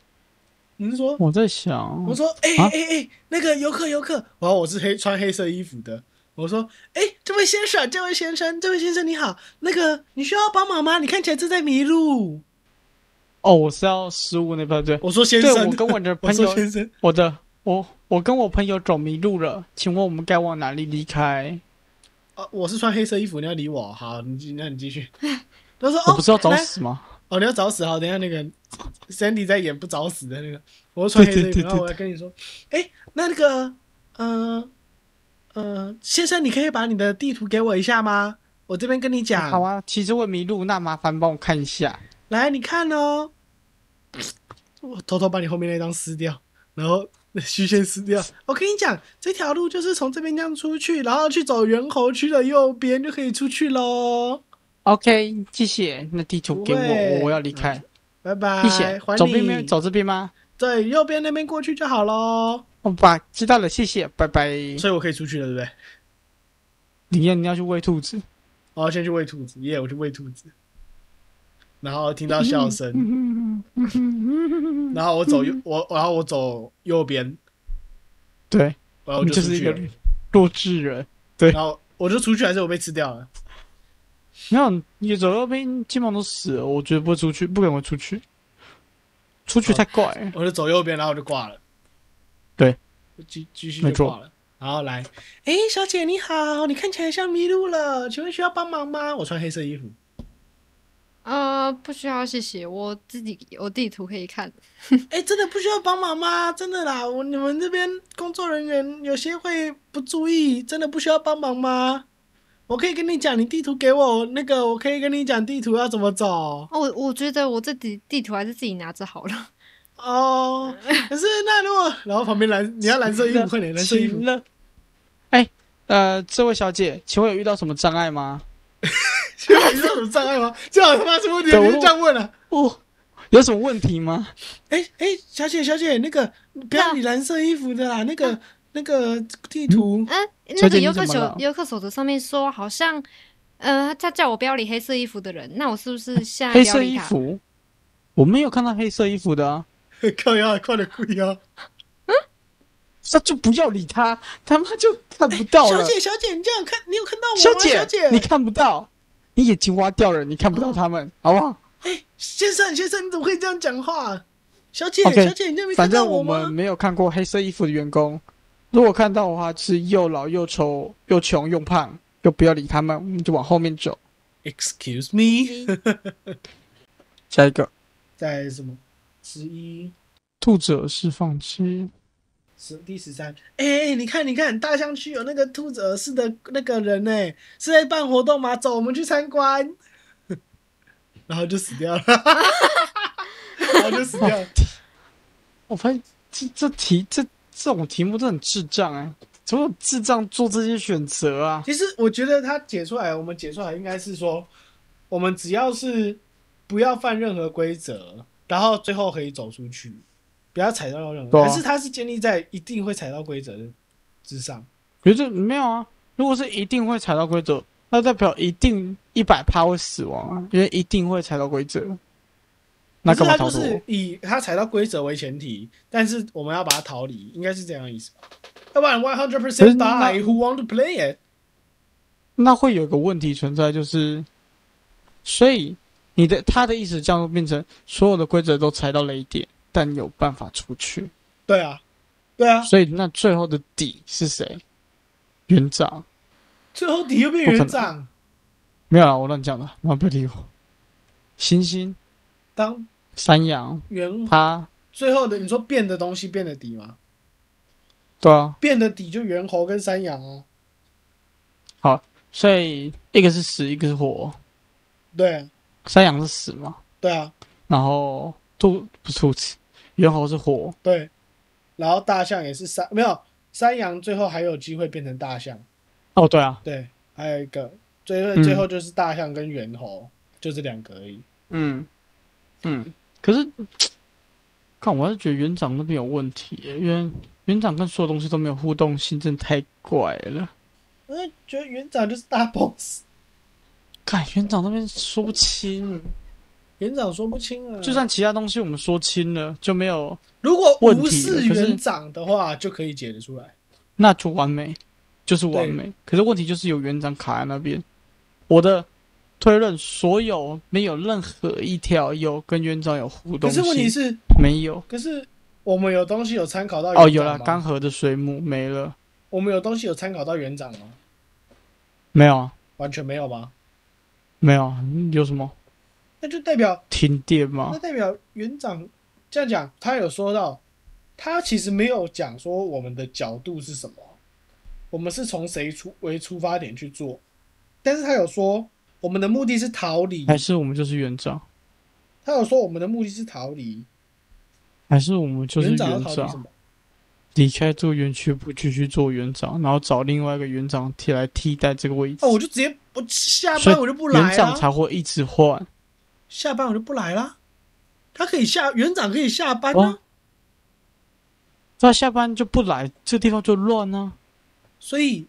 S3: 你是说？
S1: 我在想，
S3: 我说，哎
S1: 啊
S3: 哎哎，那个游客游客，然后我是黑穿黑色衣服的。我说，哎、这位先生，这位先生，这位先生你好，那个你需要帮忙吗？你看起来正在迷路。
S1: 哦，我是要失误那边对，
S3: 我说先
S1: 对
S3: 生，
S1: 我跟我的
S3: 我
S1: 朋
S3: 说
S1: 友，
S3: 先生，
S1: 我的我我跟我朋友走迷路了，请问我们该往哪里离开？
S3: 啊，我是穿黑色衣服，你要理我，好，你继那你继续。 他说，
S1: 我
S3: 哦，
S1: 不是要找
S3: 来
S1: 死吗？
S3: 哦，你要找死好，等一下那个 Sandy 在演不找死的那个，我穿黑色
S1: 对
S3: 衣服，
S1: 对对
S3: 然后我要跟你说，哎、那那个，呃，呃，先生，你可以把你的地图给我一下吗？我这边跟你讲，
S1: 好啊，其实会迷路，那麻烦帮我看一下。
S3: 来，你看哦，我偷偷把你后面那张撕掉，然后虚线撕掉。我跟你讲，这条路就是从这边这样出去，然后去走猿猴区的右边就可以出去喽。
S1: OK，谢谢。那地图给
S3: 不会
S1: 我，我要离开。
S3: 拜拜，
S1: 谢谢
S3: 还。
S1: 走
S3: 你
S1: 边边，走这边吗？
S3: 对，右边那边过去就好喽。
S1: 好吧，知道了，谢谢，拜拜。
S3: 所以我可以出去了，对不对？
S1: 你要你要去喂兔子。
S3: 我哦要先去喂兔子，耶、我去喂兔子，然后听到笑声，然后我走右，我然后我走右边，
S1: 对，
S3: 然后我
S1: 你
S3: 就
S1: 就
S3: 出
S1: 是一
S3: 去
S1: 个
S3: 了，
S1: 弱智人。
S3: 然后我就出去，还是我被吃掉了？
S1: 没有，你走右边，基本上都死了。我觉得不会出去，不可能会出去。出去
S3: 哦
S1: 太怪了。
S3: 我就走右边，然后我就挂了。
S1: 对，
S3: 继继续
S1: 没
S3: 就
S1: 错
S3: 挂了。然后来，哎、小姐你好，你看起来像迷路了，请问需要帮忙吗？我穿黑色衣服。
S4: 呃，不需要，谢谢，我自己有地图可以看。
S3: 哎、真的不需要帮忙吗？真的啦，我你们这边工作人员有些会不注意，真的不需要帮忙吗？我可以跟你讲，你地图给我，那个我可以跟你讲地图要怎么走
S4: 哦，我我觉得我这地地图还是自己拿着 好了。
S3: 哦。可是那如果，然后旁边蓝，你要蓝色衣服，快点蓝色衣服
S1: 行。了。哎，呃，这位小姐，请问有遇到什么障碍吗？
S3: 请问 你知道有障碍吗？这好他妈什么问题？
S1: 对
S3: 你
S1: 我
S3: 就这样问了、啊
S1: 哦，有什么问题吗？
S3: 哎哎，小姐小姐，那个不要你蓝色衣服的啦，那个那个 地图，
S4: 嗯，那
S1: 小姐
S4: 个
S1: 你
S4: 游
S1: 怎
S4: 客
S1: 么
S4: 手
S1: 了
S4: 游客守则上面说好像，呃，他叫我不要理黑色衣服的人，那我是 不是现在不
S1: 黑
S4: 要
S1: 色
S4: 理
S1: 衣
S4: 他？
S1: 服，我没有看到黑色衣服的啊，
S3: 靠腰快点裤腰。
S1: 那就不要理他，他妈就看不到
S3: 哎小
S1: 了。
S3: 姐小姐，你这样看，你有看到我吗？
S1: 小
S3: 小姐，哦
S1: 你看不到，你眼睛挖掉了，你看不到他们，好不好？
S3: 哎，先生先生，你怎么可以这样讲话？小姐
S1: OK，
S3: 小姐，你这没看
S1: 反
S3: 到
S1: 正我
S3: 吗
S1: 们？没有看过黑色衣服的员工，如果看到的话，就是又老又丑又穷又胖，就不要理他们，我们就往后面走。
S3: Excuse me，
S1: 下一个，
S3: 在什么？十一
S1: 兔子耳释放器，
S3: 十第十三，哎、哎你看你看，大象区有那个兔子耳饰的那个人呢、是在办活动吗？走，我们去参观。 然后就死掉了， 然后就死掉了。
S1: 我发现这这题这这种题目都很智障哎、怎么有智障做这些选择啊？
S3: 其实我觉得他解出来，我们解出来应该是说，我们只要是不要犯任何规则，然后最后可以走出去，不要踩到任何。
S1: 对啊
S3: 可是他是建立在一定会踩到规则的之上。
S1: 可是没有啊，如果是一定会踩到规则，那代表一定一百趴会死亡啊，因为一定会踩到规则。那
S3: 可
S1: 干嘛
S3: 是他
S1: 逃
S3: 就
S1: 脱？
S3: 是以他踩到规则为前提，但是我们要把它逃离，应该是这样的意思吧？要不然 one hundred
S1: 可
S3: percent
S1: 是那
S3: die who want to play it。
S1: 那会有一个问题存在，就是所以你的他的意思这样变成所有的规则都裁到雷点，但有办法出去。
S3: 对啊，对啊，
S1: 所以那最后的底是谁？园长？
S3: 最后底又变园长，
S1: 没有啊，我乱讲的，妈不要理我。星星、
S3: 当
S1: 山羊，
S3: 园
S1: 他
S3: 最后的你说变的东西变的底吗？
S1: 对啊，
S3: 变的底就猿猴跟山羊啊，
S1: 所以一个是死，一个是活。
S3: 对啊
S1: 山羊是死嘛，
S3: 对啊
S1: 然后兔不是兔子，猿猴是活，
S3: 对，然后大象也是山没有山羊，最后还有机会变成大象，
S1: 哦对啊，
S3: 对，还有一个最后
S1: 嗯
S3: 最后就是大象跟猿猴，就这两个而已。
S1: 嗯嗯，可是，看我还是觉得园长那边有问题耶，因为园长跟所有东西都没有互动性，真的太怪了。
S3: 嗯，觉得园长就是大 boss，
S1: 看园长那边说不清，
S3: 园长说不清啊。
S1: 就算其他东西我们说清了，就没有，
S3: 如果
S1: 问
S3: 无
S1: 题了
S3: 视
S1: 可是
S3: 园长的话，就可以解得出来。
S1: 那就完美，就是完美。可是问题就是有园长卡在那边，我的。推论所有没有任何一条有跟园长有互
S3: 可
S1: 动
S3: 是
S1: 性，
S3: 问题是，
S1: 没有
S3: 可是我们有东西有参考到
S1: 哦，
S3: 园
S1: 有
S3: 长
S1: 了
S3: 吗
S1: 干涸的水母没了，
S3: 我们有东西有参考到园长吗？
S1: 没有啊，
S3: 完全没有吗？
S1: 没有啊，嗯有什么
S3: 那就代表
S1: 停电吗
S3: 那？代表园长这样讲，他有说到，他其实没有讲说我们的角度是什么，我们是从谁出为出发点去做，但是他有说我们的目的是逃离，
S1: 还是我们就是园长？
S3: 他有说我们的目的是逃离，
S1: 还是我们就是园
S3: 园长要逃离什
S1: 长？
S3: 么？
S1: 离开这个园区不继续做园长，然后找另外一个园长替来替代这个位置
S3: 哦，，我就直接我下
S1: 所以
S3: 班我就不来啊
S1: 园长
S3: 了，
S1: 才会一直换。
S3: 下班我就不来了。他可以下园长可以下班
S1: 哇
S3: 啊，
S1: 那啊下班就不来，这地方就乱啊！
S3: 所以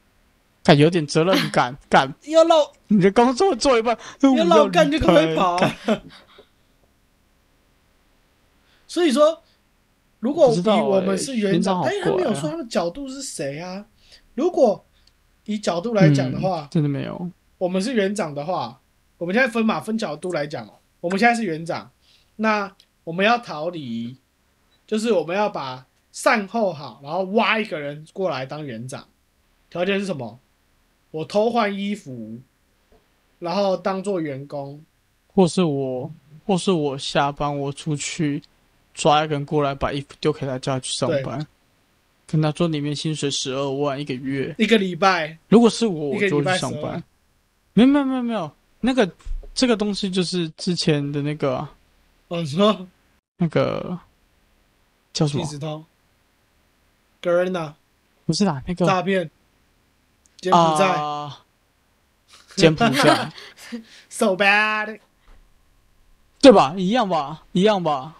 S1: 感有点责任感， 干
S3: 要绕
S1: 你的工作做一半，
S3: 要
S1: 要
S3: 绕干就赶快跑
S1: 干。
S3: 所以说，如果
S1: 不
S3: 以
S1: 知道欸
S3: 我们是园长，但
S1: 园长
S3: 是他
S1: 好
S3: 没
S1: 怪啊
S3: 有说他的角度是谁啊。如果以角度来讲的话，
S1: 真的没有。
S3: 我们是园长的话，我们现在分嘛分角度来讲哦，我们现在是园长，那我们要逃离，就是我们要把善后好，然后挖一个人过来当园长，条件是什么？我偷换衣服，然后当做员工，
S1: 或是我，或是我下班我出去抓一个人过来，把衣服丢给他，叫他去上班，跟他说里面薪水十二万一个月。
S3: 一个礼拜
S1: 如果是我，
S3: 一
S1: 我
S3: 个礼
S1: 就会
S3: 拜
S1: 去上
S3: 12
S1: 班
S3: 万。
S1: 没有没有没有没有，那个这个东西就是之前的那个啊
S3: 哦，什么
S1: 那个叫什
S3: 金
S1: 么？
S3: 石通、Garena
S1: 不是啦，那个
S3: 诈骗、柬埔寨、
S1: 啊，柬埔 寨
S3: so bad。
S1: 对吧？一样吧，一样吧，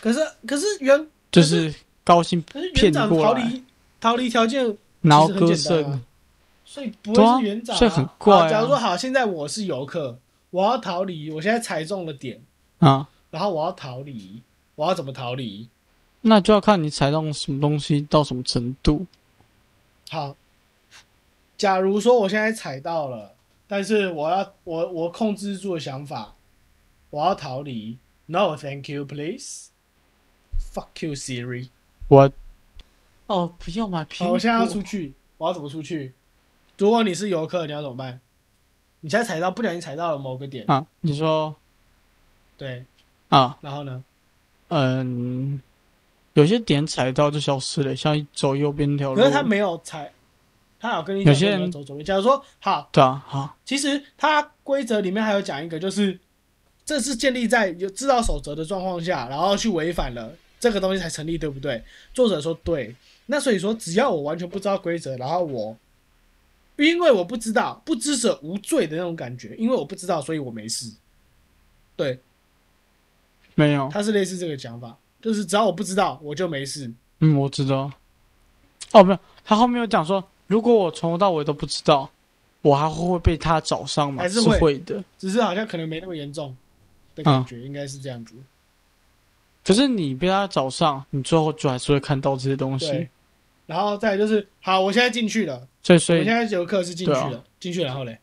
S3: 可是可是园
S1: 就
S3: 可是
S1: 是高薪
S3: 可是园
S1: 骗你
S3: 长逃
S1: 过来，
S3: 离逃离条件
S1: 然后
S3: 其实很
S1: 割
S3: 简单啊
S1: 肾。
S3: 所以不
S1: 对啊
S3: 会是园长、啊
S1: 所以很怪啊
S3: 好假如说好，现在我是游客，我要逃离，我现在踩中了点，
S1: 啊，
S3: 然后我要逃离，我要怎么逃离？
S1: 那就要看你踩到什么东西到什么程度。
S3: 好，假如说我现在踩到了，但是我要我我控制住的想法，我要逃离。No，thank you, please. Fuck you, Siri。
S1: 我哦，不要买苹
S3: 好，
S1: 果。
S3: 我现在要出去，我要怎么出去？如果你是游客，你要怎么办？你现在踩到，不小心踩到了某个点，
S1: 啊，你说
S3: 对，
S1: 啊，
S3: 然后呢？
S1: 嗯，有些点踩到就消失了，像走右边那条路。
S3: 可是他没有踩，他有跟你讲
S1: 有些
S3: 说
S1: 人
S3: 你要走左边。假如说好，
S1: 对啊，好，
S3: 其实他规则里面还有讲一个，就是这是建立在有知道守则的状况下，然后去违反了这个东西才成立，对不对？作者说对，那所以说只要我完全不知道规则，然后我因为我不知道不知者无罪的那种感觉，因为我不知道，所以我没事。对，
S1: 没有。
S3: 他是类似这个讲法，就是只要我不知道我就没事。
S1: 嗯，我知道。哦，没有，他后面有讲说，如果我从头到尾都不知道，我还会不会被他找上吗？
S3: 还是
S1: 是
S3: 会
S1: 的。
S3: 只是好像可能没那么严重的感觉，应该是这样子。
S1: 可是你被他找上，你最后就还是会看到这些东
S3: 对
S1: 西。，
S3: 然后再来就是，好，我现在进去了，
S1: 所以，所
S3: 我
S1: 以
S3: 现在游客是进去
S1: 对啊
S3: 了，进去然后嘞，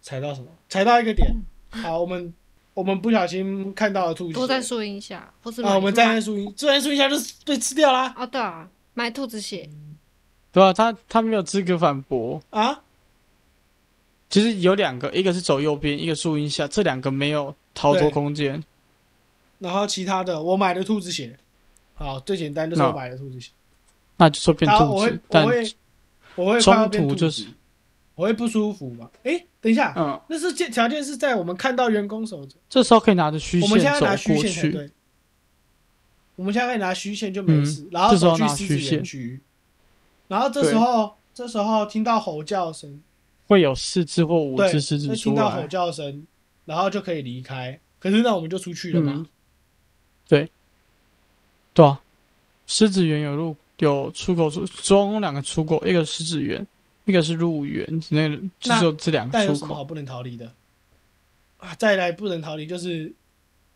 S3: 踩到什么？踩到一个点，
S1: 嗯
S3: 好，我们我们不小心看到了兔子，
S4: 多在树荫下，或是
S3: 啊，我们
S4: 在
S3: 站在树荫，站在树荫下就是被吃掉啦
S4: 哦对啊，买兔子血，
S1: 对啊，他他没有资格反驳。
S3: 啊！
S1: 其实有两个，一个是走右边，一个树荫下，这两个没有逃脱
S3: 对
S1: 空间。
S3: 然后其他的我买的兔子血，好，最简单就是我
S1: No
S3: 买的兔子血，
S1: 那就说变
S3: 然后
S1: 兔
S3: 我
S1: 子
S3: 会，
S1: 但
S3: 我会我会快要
S1: 中
S3: 变
S1: 途
S3: 兔
S1: 就
S3: 子啊
S1: 是，
S3: 我会不舒服嘛？诶，等一下，
S1: 嗯，
S3: 那是件条件是在我们看到员工守着，
S1: 这时候可以拿着虚
S3: 我们
S1: 线
S3: 现在
S1: 走
S3: 拿虚
S1: 过
S3: 线才
S1: 去。
S3: 对。我们现在可以拿虚线就没事，然
S1: 嗯
S3: 后
S1: 这时
S3: 走
S1: 候
S3: 去
S1: 拿
S3: 狮
S1: 虚
S3: 子园
S1: 线
S3: 区，然后这时候这时候听到吼叫声，
S1: 会有四只或五
S3: 对，
S1: 只狮子
S3: 那
S1: 出
S3: 听到吼
S1: 来。
S3: 叫声，然后就可以离开。可是那我们就出去了嘛，
S1: 嗯对啊，狮子园有入有出口出，总共两个出口，一个狮子园，一个是入园，那个就
S3: 那
S1: 只有这两
S3: 但
S1: 个
S3: 有
S1: 嗯出
S3: 什么好
S1: 口。
S3: 不能逃离的啊？再来不能逃离就是，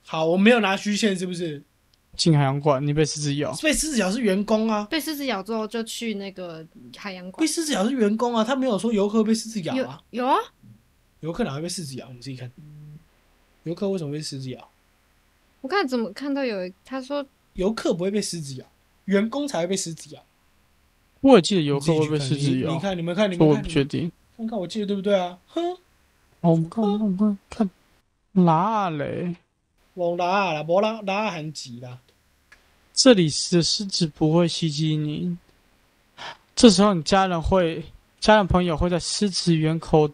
S3: 好，我没有拿虚线是不是？
S1: 进海洋馆，你被狮子咬，
S3: 被狮子咬是员工啊，
S4: 被狮子咬之后就去那个海洋
S3: 被
S4: 馆，
S3: 狮子咬是员工啊，他没有说游客被狮子咬
S4: 有
S3: 啊，
S4: 有啊，
S3: 游客哪会被狮子咬？你自己看，
S1: 嗯
S3: 游客为什么被狮子咬？
S4: 我看怎么看到有一他说
S3: 游客不会被狮子咬，员工才会被狮子咬。
S1: 我也记得游
S3: 你自
S1: 客
S3: 己
S1: 会被
S3: 去看
S1: 狮子
S3: 你
S1: 咬
S3: 你，看，你们看，你
S1: 所以
S3: 们
S1: 我
S3: 看，
S1: 不
S3: 你
S1: 确
S3: 们
S1: 定。
S3: 看看我记得对不对啊？哼，
S1: 哦，我们看，我们看，看哪嘞？
S3: 往哪啦，无啦哪很急啦。
S1: 这里的狮子不会袭击你。这时候，你家人会，家人朋友会在狮子园口
S3: 狮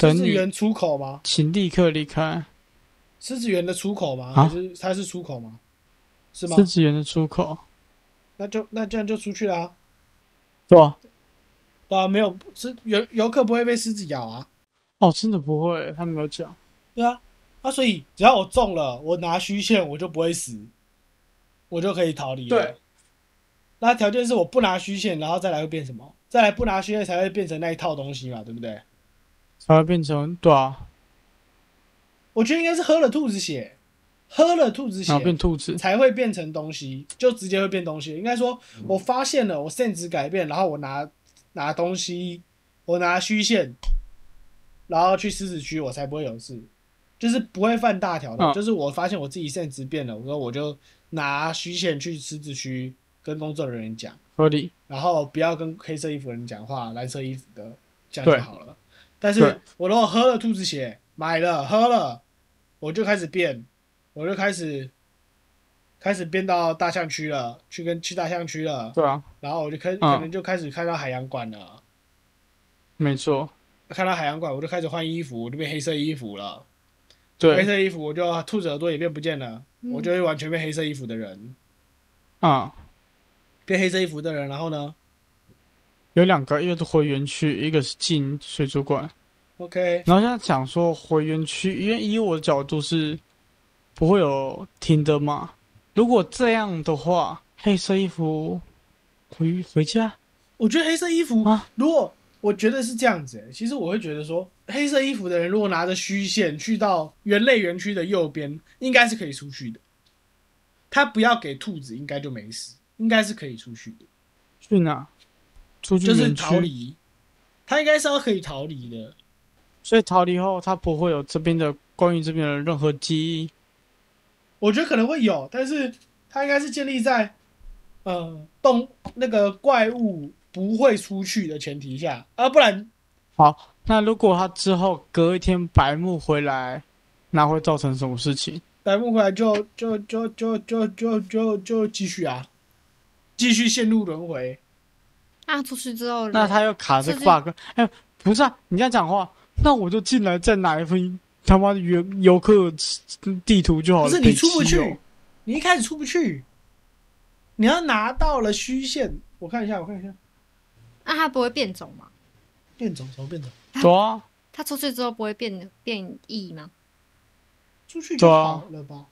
S1: 等
S3: 子
S1: 你
S3: 园出口吗？
S1: 请立刻离开
S3: 狮子园的出口吗？
S1: 啊
S3: 还是它是出口吗？是吗
S1: 狮？子园的出口，
S3: 那就那这样就出去啦、啊。
S1: 对吧？
S3: 对啊，没有是游游客不会被狮子咬啊。
S1: 哦，真的不会，他没有讲。
S3: 对啊，啊，所以只要我中了，我拿虚线我就不会死，我就可以逃离了。
S1: 对，
S3: 那条件是我不拿虚线，然后再来会变什么？再来不拿虚线才会变成那一套东西嘛，对不对？
S1: 才会变成对啊，
S3: 我觉得应该是喝了兔子血，喝了兔子血
S1: 然后变兔子。
S3: 才会变成东西，就直接会变东西。应该说，我发现了我限值改变，然后我拿拿东西，我拿虚线，然后去狮子区，我才不会有事，就是不会犯大条的。
S1: 嗯
S3: 就是我发现我自己限值变了，我说我就拿虚线去狮子区跟工作人员讲，
S1: 合理。
S3: 然后不要跟黑色衣服的人讲话，蓝色衣服的这样就
S1: 对
S3: 好了。但
S1: 对
S3: 是我如果喝了兔子血，买了喝了，我就开始变，我就开始开始变到大象区了，去跟去大象区了，
S1: 对啊，
S3: 然后我就开、
S1: 嗯
S3: 可能就开始看到海洋馆了，
S1: 没错，
S3: 看到海洋馆我就开始换衣服，我就变黑色衣服了，黑
S1: 对
S3: 色衣服我就兔子耳朵也变不见了，
S4: 嗯
S3: 我就会完全变黑色衣服的人，
S1: 啊、
S3: 变黑色衣服的人，然后呢
S1: 有两个，一个是回园区，一个是进水族馆。
S3: ，OK，
S1: 然后现在讲说回园区，因为以我的角度是不会有停的嘛。如果这样的话，黑色衣服回回家
S3: 我觉得黑色衣服
S1: 啊，
S3: 如果我觉得是这样子、欸，其实我会觉得说，黑色衣服的人如果拿着虚线去到人类园区的右边，应该是可以出去的。他不要给兔子，应该就没事，应该是可以出去的，
S1: 去哪？出去
S3: 就是
S1: 园
S3: 逃
S1: 区。
S3: 离。他应该是要可以逃离的，
S1: 所以逃离后，他不会有这边的关于这边的任何记忆。
S3: 我觉得可能会有，但是他应该是建立在，呃，动那个怪物不会出去的前提下，啊，不然
S1: 好，那如果他之后隔一天白目回来，那会造成什么事情？
S3: 白木回来就就就就就就就就继续啊，继续陷入轮回。
S4: 啊出去之后，
S1: 那他又卡着
S4: 这是
S1: bug。哎、不是啊，你这样讲话，那我就进来再拿一份他妈的游游客地图就好
S3: 不
S1: 了。
S3: 是你
S1: 北
S3: 出不
S1: 七
S3: 去
S1: 哦，
S3: 你一开始出不去，你要拿到了虚线。我看一下，我看一下，
S4: 那啊他不会变种吗？
S3: 变种什么变种？
S1: 对啊，
S4: 他出去之后不会变变异吗？
S3: 出去就
S1: 对啊
S3: 好了 吧？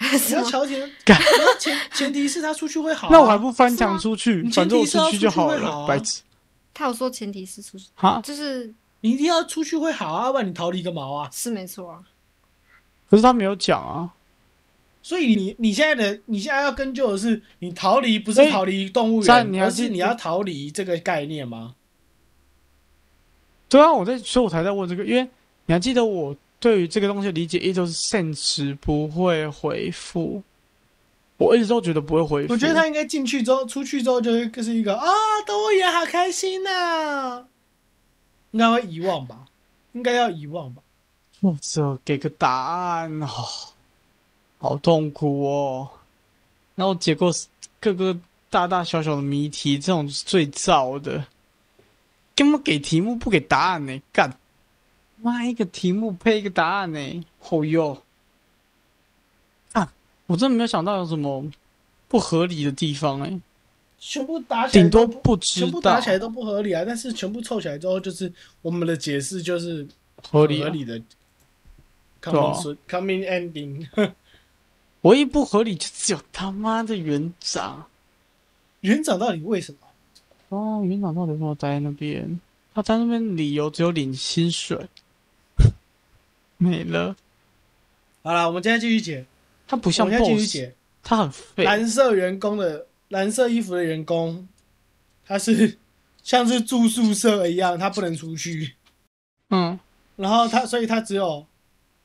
S3: 你
S4: 是
S3: 要
S4: 吗？
S3: 乔前，
S1: 干
S3: 你要前前提是他出去会好啊、
S1: 那我还不翻
S4: 是吗
S1: 墙出去
S3: 你，前
S1: 反正
S3: 提
S1: 我
S3: 是要
S1: 出去就
S3: 出去
S1: 好
S3: 会
S1: 了，
S3: 好啊
S1: 白痴
S4: 他有说前提是出去，
S1: 哈。
S4: 就是
S3: 你一定要出去会好啊，要不然你逃离个毛啊！
S4: 是没错啊。
S1: 可是他没有讲啊，
S3: 所以你你现在的你现在要跟究的是，你逃离不是
S1: 哎
S3: 逃离动物
S1: 是啊
S3: 园，
S1: 你还
S3: 而
S1: 是
S3: 是你要逃离这个概念吗？
S1: 对啊，我在，所以我才在问这个，因为你还记得我对于这个东西的理解依旧是现实不会回复，我一直都觉得不会回复。
S3: 我觉得他应该进去之后，出去之后就是就是一个啊，动物园好开心呐、应该会遗忘吧？应该要遗忘吧？
S1: 作者给个答案哦，好痛苦哦。然后结果是各个大大小小的谜题，这种是最糟的。根本给题目不给答案呢、干妈一个题目配一个答案呢、好哟。啊，我真的没有想到有什么不合理的地方哎、
S3: 全部打起来
S1: 顶多
S3: 都不，
S1: 不知
S3: 全部打
S1: 道
S3: 起来都不合理啊！但是全部凑起来之后，就是我们的解释就是
S1: 合理、
S3: 合
S1: 啊。
S3: 理的
S1: 对啊
S3: coming soon- coming ending
S1: 唯一不合理就只有他妈的园长。
S3: 园长到底为什么？
S1: 哦，园长到底为什么待在那边？他在那边理由只有领薪水，没了。
S3: 好了，我们今天继续解，
S1: 他不
S3: 我
S1: 像
S3: 们现在继续
S1: boss，
S3: 解。
S1: 他很废。
S3: 蓝色员工的蓝色衣服的员工，他是 像是住宿舍一样，他不能出去，
S1: 嗯，
S3: 然后他所以他只有，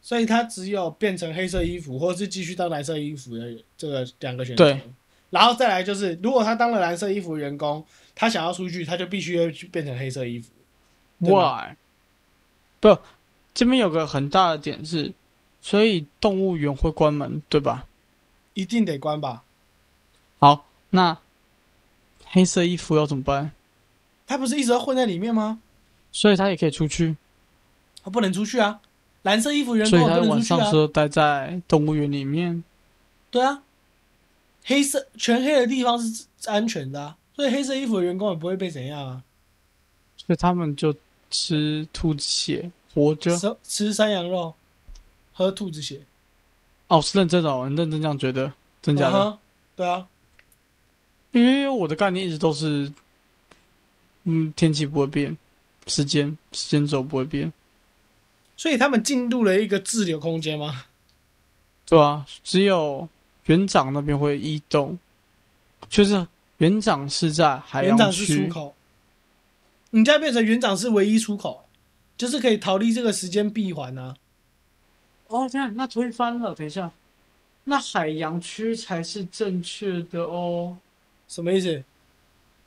S3: 所以他只有变成黑色衣服，或是继续当蓝色衣服的这个两个选择。
S1: 对，
S3: 然后再来就是，如果他当了蓝色衣服的员工，他想要出去，他就必须要去变成黑色衣服。对吗
S1: Why？不，这边有个很大的点是，所以动物园会关门，对吧？
S3: 一定得关吧？
S1: 好，那黑色衣服要怎么办？
S3: 他不是一直要混在里面吗？
S1: 所以他也可以出去，
S3: 他不能出去啊！蓝色衣服员
S1: 所
S3: 工
S1: 以
S3: 也
S1: 他
S3: 不能
S1: 晚
S3: 出去
S1: 上
S3: 啊
S1: 时！候待在动物园里面。
S3: 对啊，黑色全黑的地方是安全的、啊，所以黑色衣服的员工也不会被怎样啊。
S1: 所以他们就吃兔子血活着。
S3: 吃吃山羊肉，喝兔子血，
S1: 哦，是认真的、哦，很认真这样觉得，真假
S3: 嗯
S1: 的？
S3: 哼对啊，
S1: 因为我的概念一直都是，嗯，天气不会变，时间时间轴不会变，
S3: 所以他们进入了一个滞留空间吗？
S1: 对啊，只有园长那边会移动，就是园长是在海
S3: 园
S1: 洋
S3: 长是出
S1: 区，
S3: 口，你家变成园长是唯一出口，欸就是可以逃离这个时间闭环啊。
S1: 哦，天啊，那推翻了，等一下，那海洋区才是正确的哦。
S3: 什么意思？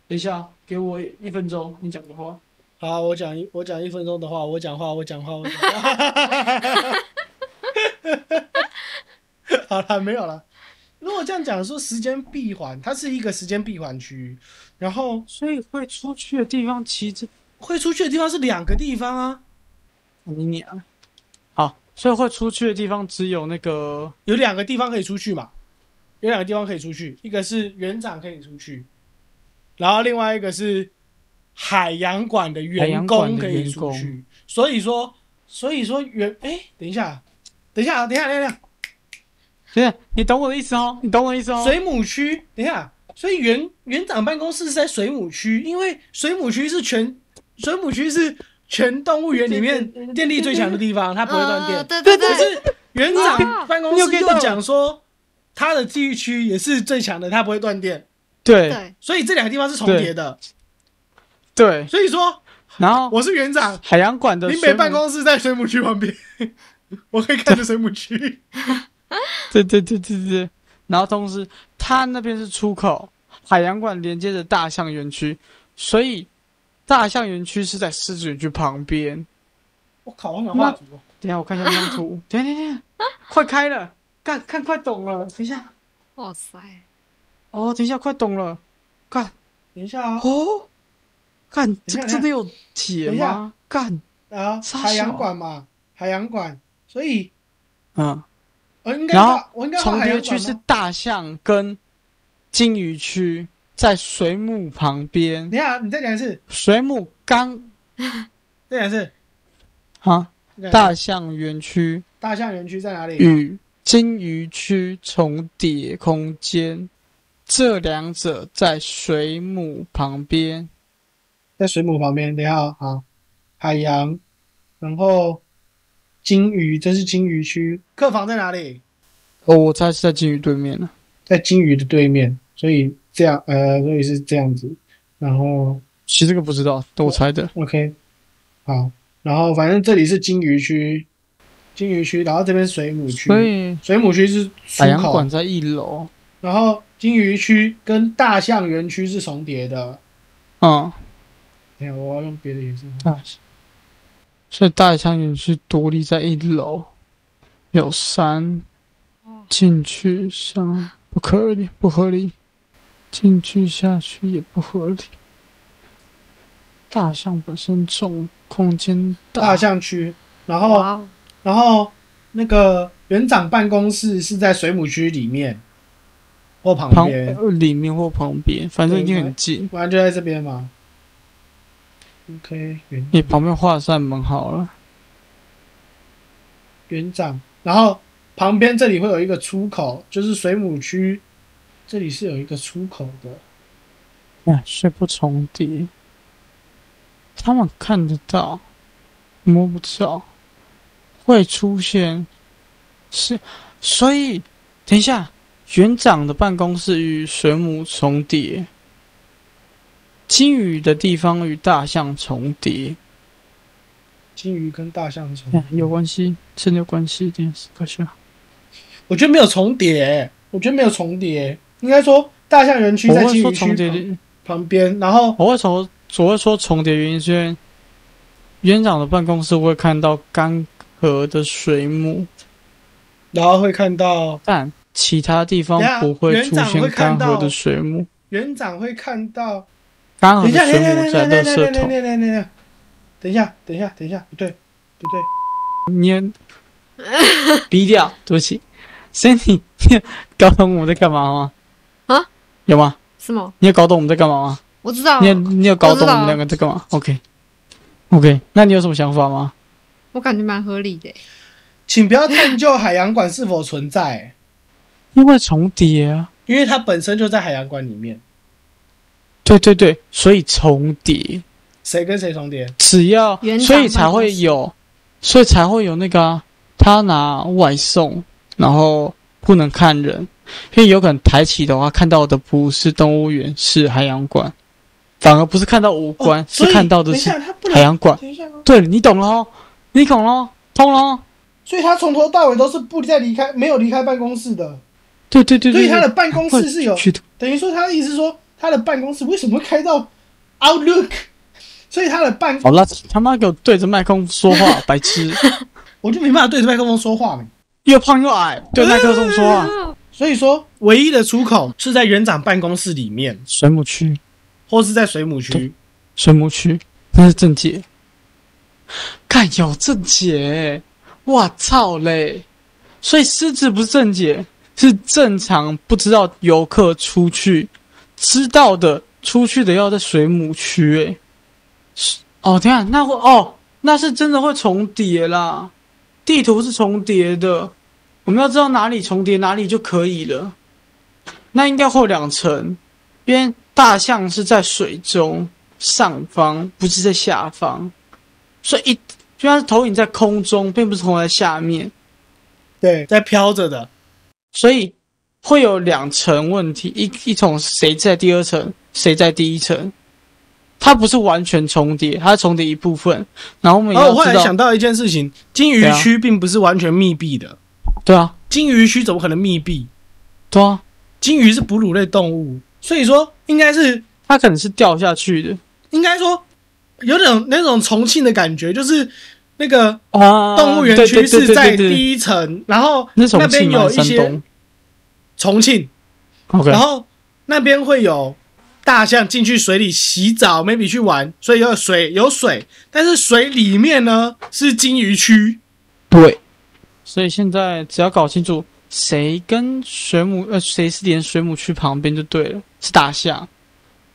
S1: 等一下，给我一分钟，你讲个话。
S3: 好，我讲一我讲一分钟的话，我讲话，我讲话，我讲话。 好了，没有了。如果这样讲，说时间闭环，它是一个时间闭环区，然后
S1: 所以会出去的地方，其实
S3: 会出去的地方是两个地方啊，
S1: 你娘。好，所以会出去的地方只有那个
S3: 有两个地方可以出去嘛，有两个地方可以出去，一个是园长可以出去，然后另外一个是海洋馆的
S1: 海
S3: 员
S1: 洋馆
S3: 工
S1: 的
S3: 可以
S1: 员
S3: 出
S1: 工
S3: 去。所以说，所以说员，哎、等一下，等一下，等一下，等一下。
S1: 不是，你懂我的意思哦，你懂我的意思哦。
S3: 水母区，等一下，所以园园长办公室是在水母区，因为水母区是全水母区是全动物园里面电力最强的地方，它不会断
S4: 呃
S3: 电。
S4: 对对
S3: 可
S4: 对，
S3: 是园长办公室又讲说，它的地区也是最强的，它不会断电，
S1: 对
S4: 对，
S3: 所以这两个地方是重叠的。
S1: 对，
S3: 所以说，
S1: 然后
S3: 我是园长，
S1: 海洋馆的
S3: 林
S1: 水
S3: 北
S1: 母
S3: 办，公室在水母区旁 边，我可以看着水母区。
S1: 对对对对对。然后同时，它那边是出口，海洋馆连接着大象园区，所以大象园区是在狮子园区旁边。
S3: 我靠，我想画图哦。
S1: 等一下我看一下那张 图，等一下等一下，快开了，看看快懂了，等一下，
S4: 哇塞，
S1: 哦，等一下快懂了，看
S3: 等一下啊，
S1: 哦，看这
S3: 等
S1: 个
S3: 一下
S1: 真的有解
S3: 等一下
S1: 吗？干，
S3: 啊，
S1: 傻
S3: 海洋
S1: 小
S3: 馆嘛，海洋馆，所以。
S1: 嗯。
S3: 我应该
S1: 然后
S3: 画我应该画
S1: 重
S3: 海洋
S1: 叠
S3: 馆
S1: 区是
S3: 吗
S1: 大象跟金鱼区，在水母旁边
S3: 等一。下，你再讲一次，
S1: 水母刚
S3: 再讲一次。
S1: 啊，
S3: 再讲一次
S1: 大嗯象园区
S3: 大象园区在哪里？
S1: 与金鱼区重叠空间，这两者在水母旁边。
S3: 在水母旁边。等一下哦，好，海洋，然后金鱼，这是金鱼区。客房在哪里？
S1: 哦，我猜是在金鱼对面啊了。
S3: 在金鱼的对面，所以这样，呃，所以是这样子。然后
S1: 其实这个不知道，但我猜的。
S3: OK，好，然后反正这里是金鱼区，金鱼区，然后这边水母区，
S1: 所以
S3: 水母区是出
S1: 海洋
S3: 口
S1: 馆，哎在一楼，
S3: 然后金鱼区跟大象园区是重叠的。
S1: 嗯
S3: 等一下我要用别的颜色。
S1: 啊，所以大象园区独立在一楼，有山
S4: 哦，
S1: 进去上不合理，不合理，进去下去也不合理。大象本身重，空间大，
S3: 大象区，然后
S4: 哇哦，
S3: 然后那个园长办公室是在水母区里面或旁
S1: 旁
S3: 边，
S1: 呃里面或旁边，反正
S3: 对
S1: 已经
S3: 应
S1: 很近。
S3: 不然就在这边嘛。OK，园
S1: 你旁边画扇门好了，
S3: 园长，然后旁边这里会有一个出口，就是水母区，这里是有一个出口的。
S1: 哎，睡不重叠。他们看得到，摸不着，会出现，是，所以，等一下，园长的办公室与水母重叠，金鱼的地方与大象重叠，
S3: 金鱼跟大象重
S1: 哎
S3: 叠，
S1: 有关系，真的有关系，这件事可是，啊
S3: 我觉得没有重叠、我觉得没有重叠、应该说大象园区
S1: 我
S3: 在
S1: 会
S3: 金
S1: 说
S3: 鱼
S1: 重叠的
S3: 区，旁旁边，然后
S1: 我会从我会说重叠原因是因为园长的办公室会看到干涸的水母，
S3: 然后会看到
S1: 但其他地方
S3: 等一下
S1: 不会出
S3: 园长会
S1: 现
S3: 看
S1: 干
S3: 到
S1: 涸的水母。
S3: 园长会看到
S1: 干
S3: 等
S1: 涸
S3: 一
S1: 的
S3: 下，
S1: 水
S3: 等
S1: 母在
S3: 一下，等
S1: 垃
S3: 一下，
S1: 圾
S3: 等一下，
S1: 桶。
S3: 等一下，等一下，等一下，等一下，不对，不对，
S1: 你也逼掉，对不起。所以你你有搞懂我们在干嘛吗？
S4: 啊？
S1: 有吗？
S4: 什么？
S1: 你有搞懂我们在干嘛吗？
S4: 我知道
S1: 你，有你有搞
S4: 哦我知
S1: 懂
S4: 道
S1: 我们两个在干嘛？OK OK，那你有什么想法吗？
S4: 我感觉蛮合理的。
S3: 请不要探究海洋馆是否存在，
S1: 因为重叠啊。
S3: 因为它本身就在海洋馆里面，
S1: 对对对，所以重叠。
S3: 谁跟谁重叠？
S1: 只要
S4: 园长
S1: 所以才会有，所以才会有那个啊、他拿外送，然后不能看人，因为有可能抬起的话看到的不是动物园，是海洋馆，反而不是看到无关，
S3: 哦所
S1: 是
S3: 以
S1: 看到的
S3: 等一
S1: 是
S3: 下，它不
S1: 海
S3: 能，
S1: 洋馆。
S3: 等一下哦，
S1: 对你懂了哦，你懂了哦，通了哦。
S3: 所以它从头到尾都是不再离开，没有离开办公室的，
S1: 对对对
S3: 所
S1: 对，
S3: 以它的办公室是有，
S1: 去的，
S3: 等于说他的意思是说，他的办公室为什么会开到 Outlook？所以他的办，
S1: 好了，他妈给我对着麦克风说话，白 痴，
S3: 我就没办法对着麦克风说话嘛。
S1: 又胖又矮，对麦克风说 话，
S3: 所以说，唯一的出口是在园长办公室里面，
S1: 水母区。
S3: 或是在水母区。
S1: 水母区，那是正解。看有正解欸，我操嘞！所以狮子不是正解，是正常不知道游客出去，知道的出去的要在水母区诶。是哦，等一下那会哦，那是真的会重叠啦，地图是重叠的，我们要知道哪里重叠哪里就可以了。那应该会有两层，因为大象是在水中，上方，不是在下方，所以一就像是投影在空中，并不是投影在下面，
S3: 对，在飘着的。
S1: 所以会有两层问题，一一层谁在第二层，谁在第一层，它不是完全重叠，它重叠一部分，然后我们也
S3: 然后
S1: 要
S3: 哦我后
S1: 知
S3: 来
S1: 道，
S3: 想到一件事情，金鱼
S1: 对啊
S3: 区并不是完全密闭的，
S1: 对啊，
S3: 金鱼区怎么可能密闭？
S1: 对啊，
S3: 金鱼是哺乳类动物，所以说应该是
S1: 它可能是掉下去的
S3: 应该说有种那种重庆的感觉，就是那个
S1: 啊
S3: 动物园区是在
S1: 对对对对对
S3: 第一层，然后
S1: 那重
S3: 那边
S1: 庆啊，
S3: 有一
S1: 山
S3: 些
S1: 东
S3: 重庆，
S1: ，OK，
S3: 然后那边会有大象进去水里洗澡，maybe 去玩，所以有水有水，但是水里面呢是金鱼区，
S1: 对，所以现在只要搞清楚谁跟水母，呃，谁是连水母区旁边就对了，是大象，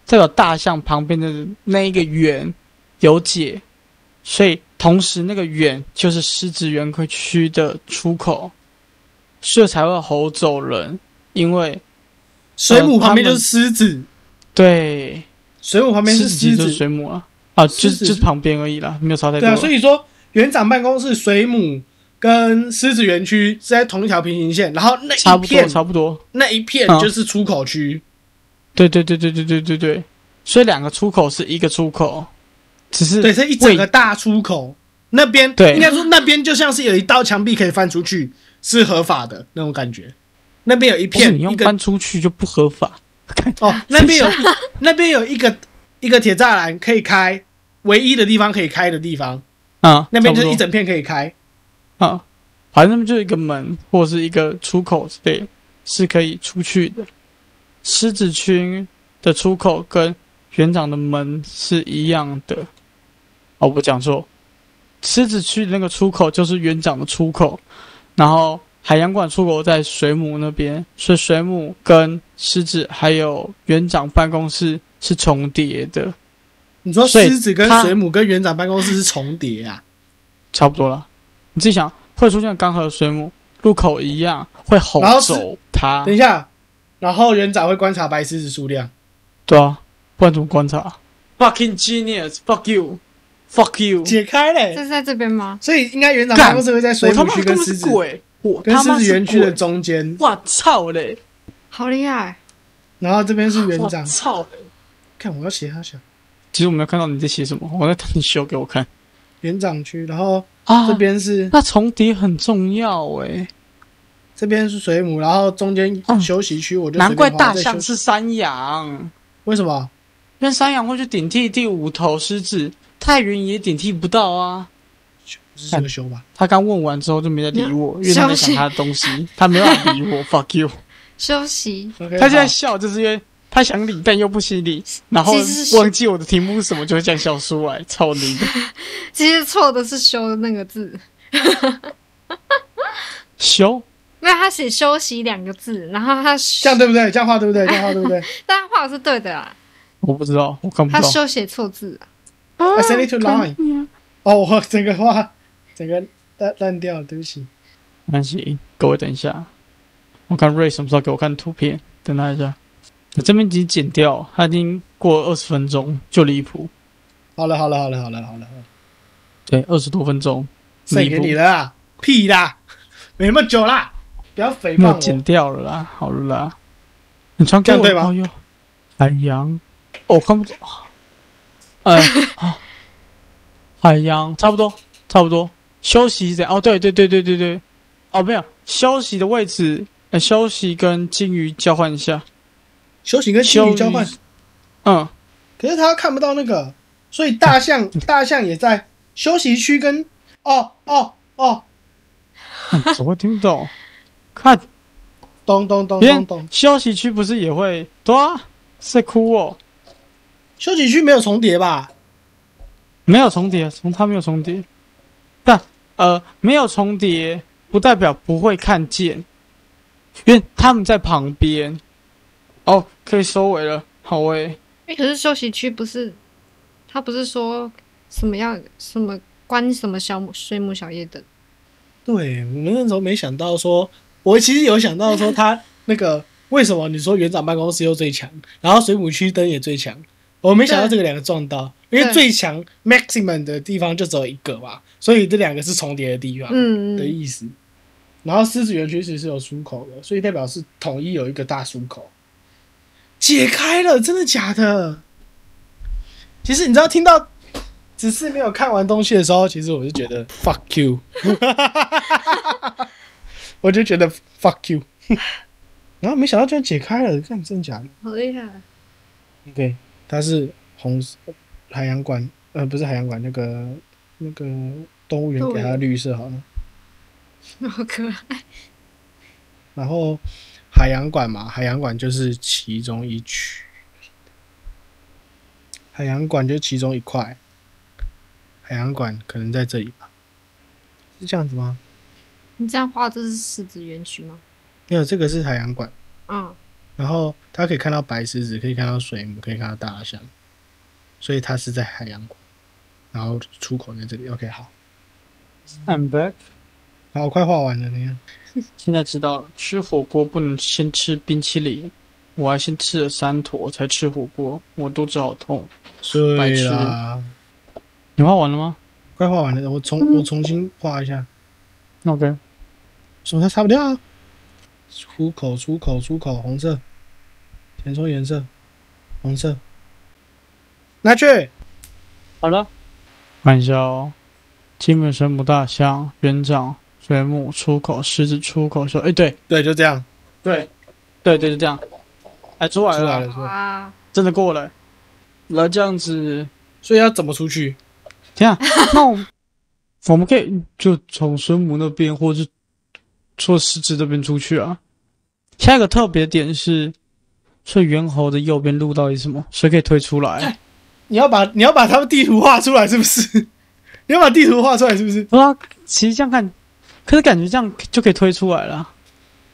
S1: 代表大象旁边的那一个圆有解，所以同时那个圆就是狮子园区的出口，所以才会吼走人，因为
S3: 水
S1: 哦
S3: 母旁边就是狮子，
S1: 对
S3: 水母旁边
S1: 狮
S3: 是
S1: 子其
S3: 狮
S1: 实就是
S3: 子，
S1: 水母啊，啊，就
S3: 狮
S1: 是
S3: 子
S1: 就是旁边而已啦，没有差太
S3: 对
S1: 多
S3: 啊，
S1: 了。
S3: 所以说园长办公室水母跟狮子园区是在同一条平行线，然后那
S1: 差
S3: 一
S1: 不多，
S3: 片
S1: 差不多。
S3: 那一片
S1: 嗯
S3: 就是出口区，
S1: 对对对对对对对对，所以两个出口是一个出口，只是
S3: 对，是一整个
S1: 位
S3: 大出口。那边
S1: 嗯对
S3: 应该说那边就像是有一道墙壁可以翻出去，是合法的那种感觉。那边有一
S1: 不是
S3: 片
S1: 你用
S3: 一个
S1: 搬出去就不合法。
S3: 哦，那边有 那边有一个一个铁栅栏可以开，唯一的地方可以开的地方，
S1: 啊，
S3: 那边就是
S1: 差
S3: 一
S1: 不多
S3: 整片可以开。
S1: 啊，反正就是一个门或者是一个出口之类的，是可以出去的。狮子区的出口跟园长的门是一样的。哦，我讲错，狮子区的那个出口就是园长的出口，然后海洋馆出口在水母那边，所以水母跟狮子还有园长办公室是重叠的，
S3: 你说
S1: 所以
S3: 狮子跟
S1: 它
S3: 水母跟园长办公室是重叠啊？
S1: 差不多了。你自己想，会出现刚和水母入口一样，会吼
S3: 然后是
S1: 走它。
S3: 等一下，然后园长会观察白狮子数量。
S1: 对啊，不然怎么观察？Fucking genius，fuck you，fuck you！
S3: 解开
S4: 这
S3: 嘞，
S4: 是在这边吗？
S3: 所以应该园长
S1: 干
S3: 办公室会在水
S1: 我他
S3: 母
S1: 妈
S3: 区
S1: 根
S3: 跟
S1: 本
S3: 狮
S1: 是
S3: 子
S1: 鬼，我
S3: 跟
S1: 他
S3: 狮
S1: 妈
S3: 子
S1: 是
S3: 园区的
S1: 鬼！
S3: 中间，
S1: 我操嘞！
S4: 好厉害！
S3: 然后这边是园
S1: 我
S3: 长。
S1: 操嘞！
S3: 看，我要写他想
S1: 其实我没有看到你在写什么，我在等你修给我看
S3: 园长区，然后
S1: 啊
S3: 这边是、
S1: 那重叠很重要哎、
S3: 这边是水母，然后中间
S1: 嗯
S3: 休息区，我就
S1: 难怪
S3: 随便划
S1: 大
S3: 在
S1: 象
S3: 休息
S1: 是山羊，
S3: 为什么？
S1: 因为山羊会去顶替第五头狮子，太原也顶替不到啊。
S3: 不是这个修吧？
S1: 他刚问完之后就没再理我，因为他在想他的东西，他没办法理 我。fuck you！
S4: 休息，
S3: OK，
S1: 他现在
S3: 好
S1: 笑，就是因为他想理，但又不想理，然后
S4: 其实是
S1: 忘记我的题目是什么，就会这样笑出来，操你的！
S4: 其实错的是“休”的那个字，
S1: 修
S4: 没有他写“休息”两个字，然后他
S3: 这样对不对？这样画对不对？这样画对不对
S4: 但他画的是对的啦，
S1: 我不知道，我
S3: 嗯
S1: 看不
S4: 他
S1: 到。
S4: 休写错字啊了。
S3: ？I send it to line。哦，我整个画整个烂烂掉了，对不起。
S1: 没关系，各位等一下，我看瑞什么时候给我看图片，等他一下。我这边已经剪掉，他已经过了二十分钟，就离谱。
S3: 好了，好了，好了，好了，好了，
S1: 对，二十多分钟，
S3: 剩给你了啊，屁啦，没那么久啦，不要诽
S1: 没
S3: 谤
S1: 有剪
S3: 我。
S1: 掉了啦，好了啦。你传给我
S3: 这样对吧
S1: 哎呦，海洋，哦我看不懂。 哎，啊海洋差不多，差不多。休息是怎样？哦，对对对对对对，哦，没有休息的位置，呃，休息跟金鱼交换一下。
S3: 休息跟
S1: 休
S3: 情侣交换，
S1: 嗯，
S3: 可是他看不到那个，所以 大象大象也在休息区跟哦哦哦，
S1: 嗯怎么会听不 懂？看，
S3: 咚咚咚
S1: 别
S3: 咚
S1: 人
S3: 咚，
S1: 休息区不是也会对啊？是在哭哦，
S3: 休息区没有重叠吧？
S1: 没有重叠，从它没有重叠，但呃没有重叠不代表不会看见，因为他们在旁边。哦，可以收尾了，好诶、
S4: 可是休息区不是他不是说什么要什么关什么小水母小夜灯？
S3: 对，我们那时候没想到说，我其实有想到说 他那个为什么你说园长办公室又最强，然后水母区灯也最强，我没想到这
S4: 对
S3: 个两个撞到，因为
S4: 对
S3: 最强 maximum 的地方就只有一个嘛，所以这两个是重叠的地方。
S4: 嗯，
S3: 的意思。然后狮子园区其实是有出口的，所以代表是统一有一个大出口。解开了，真的假的？其实你知道，听到只是没有看完东西的时候，其实我就觉得 fuck you，我就觉得 fuck you，然后没想到居然解开了，看真的假的
S4: 好厉害！
S3: ？OK，它是红海洋馆，呃，不是海洋馆，那个那个动物园给它绿色好了。
S4: 好可爱。
S3: 然后海洋馆嘛，海洋馆就是其中一区，海洋馆就是其中一块，海洋馆可能在这里吧，是这样子吗？
S4: 你这样画这是狮子园区吗？
S3: 没有，这个是海洋馆，
S4: 嗯，
S3: 然后它可以看到白狮子，可以看到水母，可以看到大象，所以它是在海洋馆，然后出口在这里。OK，好，
S1: I'm back。
S3: 好，我快画完了，你看，
S1: 现在知道了，吃火锅不能先吃冰淇淋，我还先吃了三坨才吃火锅，我肚子好痛。白
S3: 对
S1: 痴
S3: 啦，
S1: 你画完了吗
S3: 快画完了，我重我重新画一下。
S1: ？OK，
S3: 什么它擦不掉啊？出口出口出口，红色，填充颜色，红色，拿去。
S1: 好了，看一下哦。金门神母大象、园长、水母出口、狮子出口说：“哎，对
S3: 对，就这样
S1: 对，对对，就这样。”哎，出来
S3: 出
S1: 了，
S3: 来了。出来了
S4: 哇，
S1: 真的过了。然后这样子，
S3: 所以要怎么出去？
S1: 天啊， 那我我们可以就从水母那边，或是从狮子这边出去啊。下一个特别点是，所以猿猴的右边路到底是什么？谁可以推出来？
S3: 你要把你要把他们地图画出来，是不是？ 你要把地图画出来，是不是？
S1: 不知道，啊其实这样看，可是感觉这样就可以推出来了。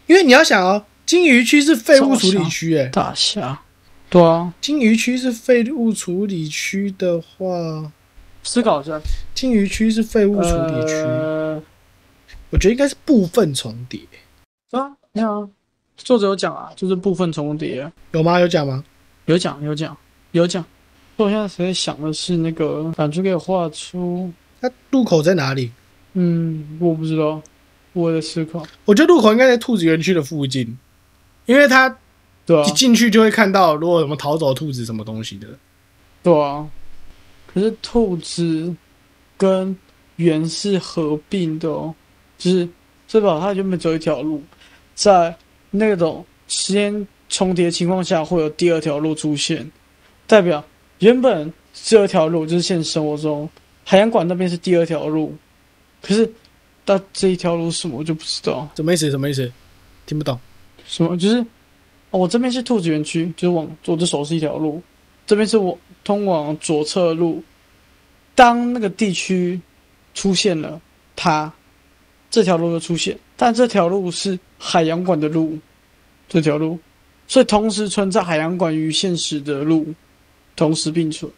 S3: 因为你要想哦，金鱼区是废物处理区，哎，
S1: 大侠，对啊，
S3: 金鱼区是废物处理区的话，
S1: 思考一下，
S3: 金鱼区是废物处理区，
S1: 呃
S3: 我觉得应该是部分重叠，
S1: 啊，没有啊，作者有讲啊，就是部分重叠，
S3: 有吗？有讲吗？
S1: 有讲有讲有讲。我现在实在想的是那个感觉可以画出，
S3: 那入口在哪里？
S1: 嗯，我不知道，我在思考，
S3: 我觉得入口应该在兔子园区的附近，因为它
S1: 对啊
S3: 一，进去就会看到，如果有什么逃走兔子什么东西的，
S1: 对啊。可是兔子跟猿是合并的哦，就是最宝它原本只有一条路，在那种时间重叠情况下会有第二条路出现，代表原本只有一条路，就是现实生活中海洋馆那边是第二条路，可是到这一条路是什么我就不知道，
S3: 什么意思？什么意思？听不懂。
S1: 什么就是、哦、我这边是兔子园区，就是往我的手是一条路，这边是我通往左侧的路，当那个地区出现了它，这条路就出现，但这条路是海洋馆的路，这条路，所以同时存在海洋馆与现实的路，同时并存。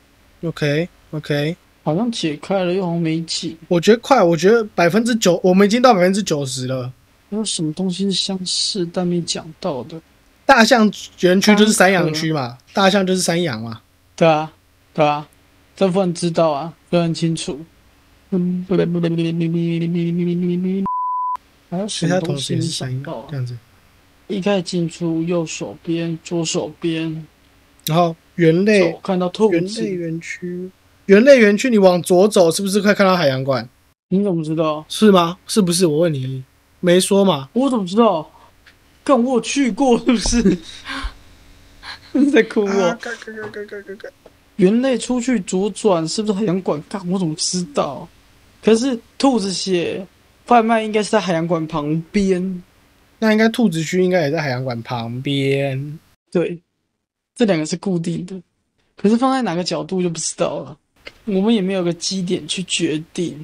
S3: OK OK，
S1: 好像解开了，又好像没解。
S3: 我觉得快，我觉得百分之九，我们已经到百分之九十了。
S1: 还有什么东西是相似但没讲到的？
S3: 大象园区就是山羊区嘛，大象就是山羊嘛。
S1: 对啊，对啊，这部分知道啊，都很清楚。嗯，还有什
S3: 所以
S1: 么
S3: 它
S1: 东
S3: 同时
S1: 西
S3: 也
S1: 没
S3: 是山
S1: 想到
S3: 羊
S1: 啊
S3: 这？样子。
S1: 一开始进出右手边、左手边，
S3: 然后猿类
S1: 走看到兔
S3: 猿类
S1: 子，
S3: 园区，猿类园区你往左走是不是快看到海洋馆？
S1: 你怎么知道？
S3: 是吗？是不是？我问你，没说嘛？
S1: 我怎么知道？跟我有去过是不是？你在哭
S3: 啊
S1: 哦！
S3: 嘎嘎嘎嘎嘎嘎嘎
S1: 猿类出去左转是不是海洋馆？干，我怎么知道？可是兔子写贩卖应该是在海洋馆旁边，
S3: 那应该兔子区应该也在海洋馆旁边。
S1: 对，这两个是固定的，可是放在哪个角度就不知道了。我们也没有个基点去决定。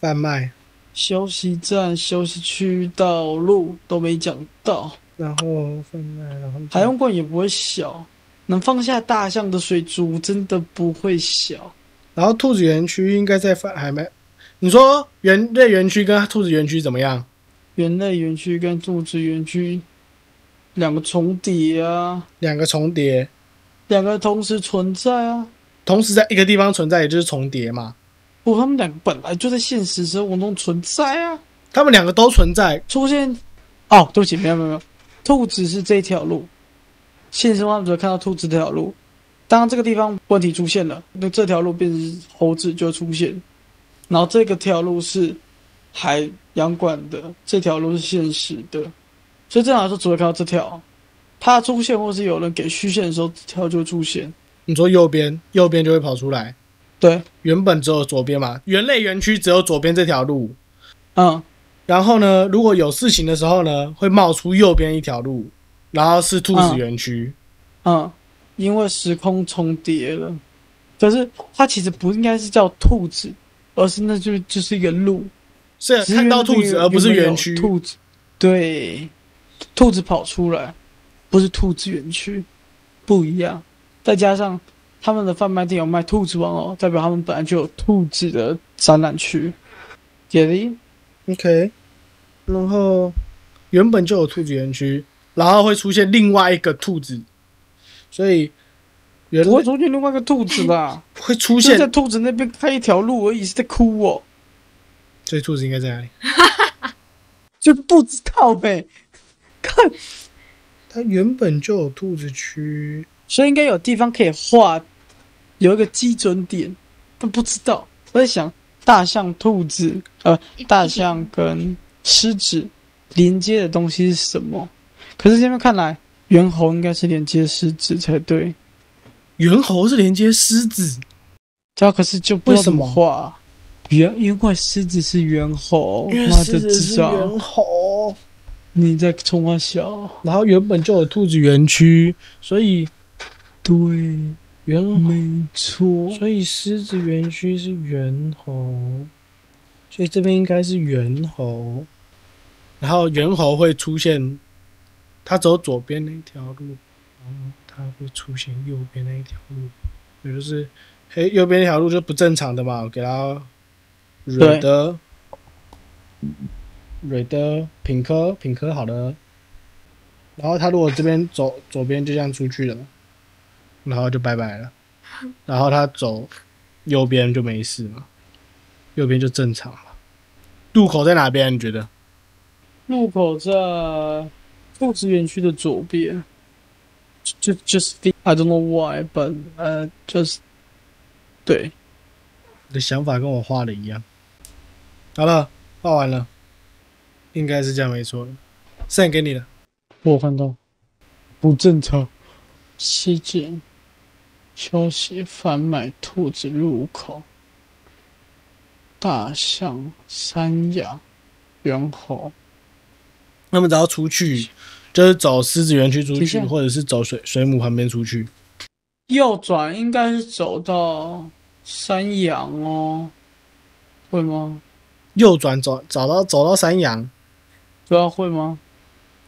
S3: 贩卖，
S1: 休息站、休息区、道路都没讲到，
S3: 然后贩卖，然后
S1: 海洋馆也不会小，能放下大象的水族真的不会小。
S3: 然后兔子园区应该在贩海卖。你说园类园区跟兔子园区怎么样？
S1: 猿类园区跟兔子园区两个重叠啊，
S3: 两个重叠，
S1: 两个同时存在啊。
S3: 同时在一个地方存在，也就是重叠嘛。
S1: 不，他们两个本来就在现实生活中存在啊。
S3: 他们两个都存在，
S1: 出现，哦，对不起，没有没有没有，兔子是这条路，现实中他们只会看到兔子这条路。当这个地方问题出现了，那这条路变成猴子就出现，然后这个条路是海洋馆的，这条路是现实的，所以正常来说只会看到这条。它出现或是有人给虚线的时候，这条就会出现。
S3: 你说右边，右边就会跑出来。
S1: 对，
S3: 原本只有左边嘛，园类园区只有左边这条路。
S1: 嗯，
S3: 然后呢，如果有事情的时候呢，会冒出右边一条路，然后是兔子园区。
S1: 嗯，因为时空重叠了。可是它其实不应该是叫兔子，而是那就就是一个路，
S3: 是看到兔
S1: 只因
S3: 子，
S1: 为
S3: 而不是
S1: 那个
S3: 园区
S1: 有。兔子，对，兔子跑出来，不是兔子园区，不一样。再加上他们的贩卖店有卖兔子玩偶，代表他们本来就有兔子的展览区。解离，
S3: OK，然后原本就有兔子园区，然后会出现另外一个兔子，所以原
S1: 不会出现另外一个兔子吧？
S3: 会出
S1: 就是在
S3: 现。
S1: 兔子那边开一条路而已，是在哭哦，
S3: 所以兔子应该在哪里？
S1: 就不知道呗。看，
S3: 它原本就有兔子区，
S1: 所以应该有地方可以画，有一个基准点，但不知道。我在想，大象、兔子，呃，
S4: 一
S1: 大象跟狮子连接的东西是什么？可是这边看来，猿猴应该是连接狮子才对。
S3: 猿猴是连接狮子，
S1: 这啊样可是就不知道
S3: 为什么
S1: 怎画？猿因为狮子是猿猴，哦妈的智障！
S3: 猴。
S1: 你在冲我笑？
S3: 然后原本就有兔子园区，所以
S1: 对，
S3: 猿
S1: 没错
S3: 猴，。所以狮子园区是猿猴，所以这边应该是猿猴。然后猿猴会出现，它走左边那一条路，然后它会出现右边那一条路，也就是黑右边那条路就不正常的嘛，我给它惹
S1: 对
S3: 的。蕊的品科品科好了，然后他如果这边走 左边就这样出去了，然后就拜拜了，然后他走右边就没事了，右边就正常了。路口在哪边？你觉得？
S1: 路口在兔子园区的左边。就 just the- I don't know why, but 呃、just 对，
S3: 你的想法跟我画的一样。好了，画完了，应该是这样没错了。剩给你了，
S1: 我有看到不正常。西进消息贩卖兔子入口，大象、山羊、猿猴。
S3: 那么只要出去，就是走狮子园区出
S1: 等一
S3: 去，
S1: 下
S3: 或者是走水水母旁边出去。
S1: 右转应该是走到山羊哦，会吗？
S3: 右转走，找到走到山羊，
S1: 对啊，会吗？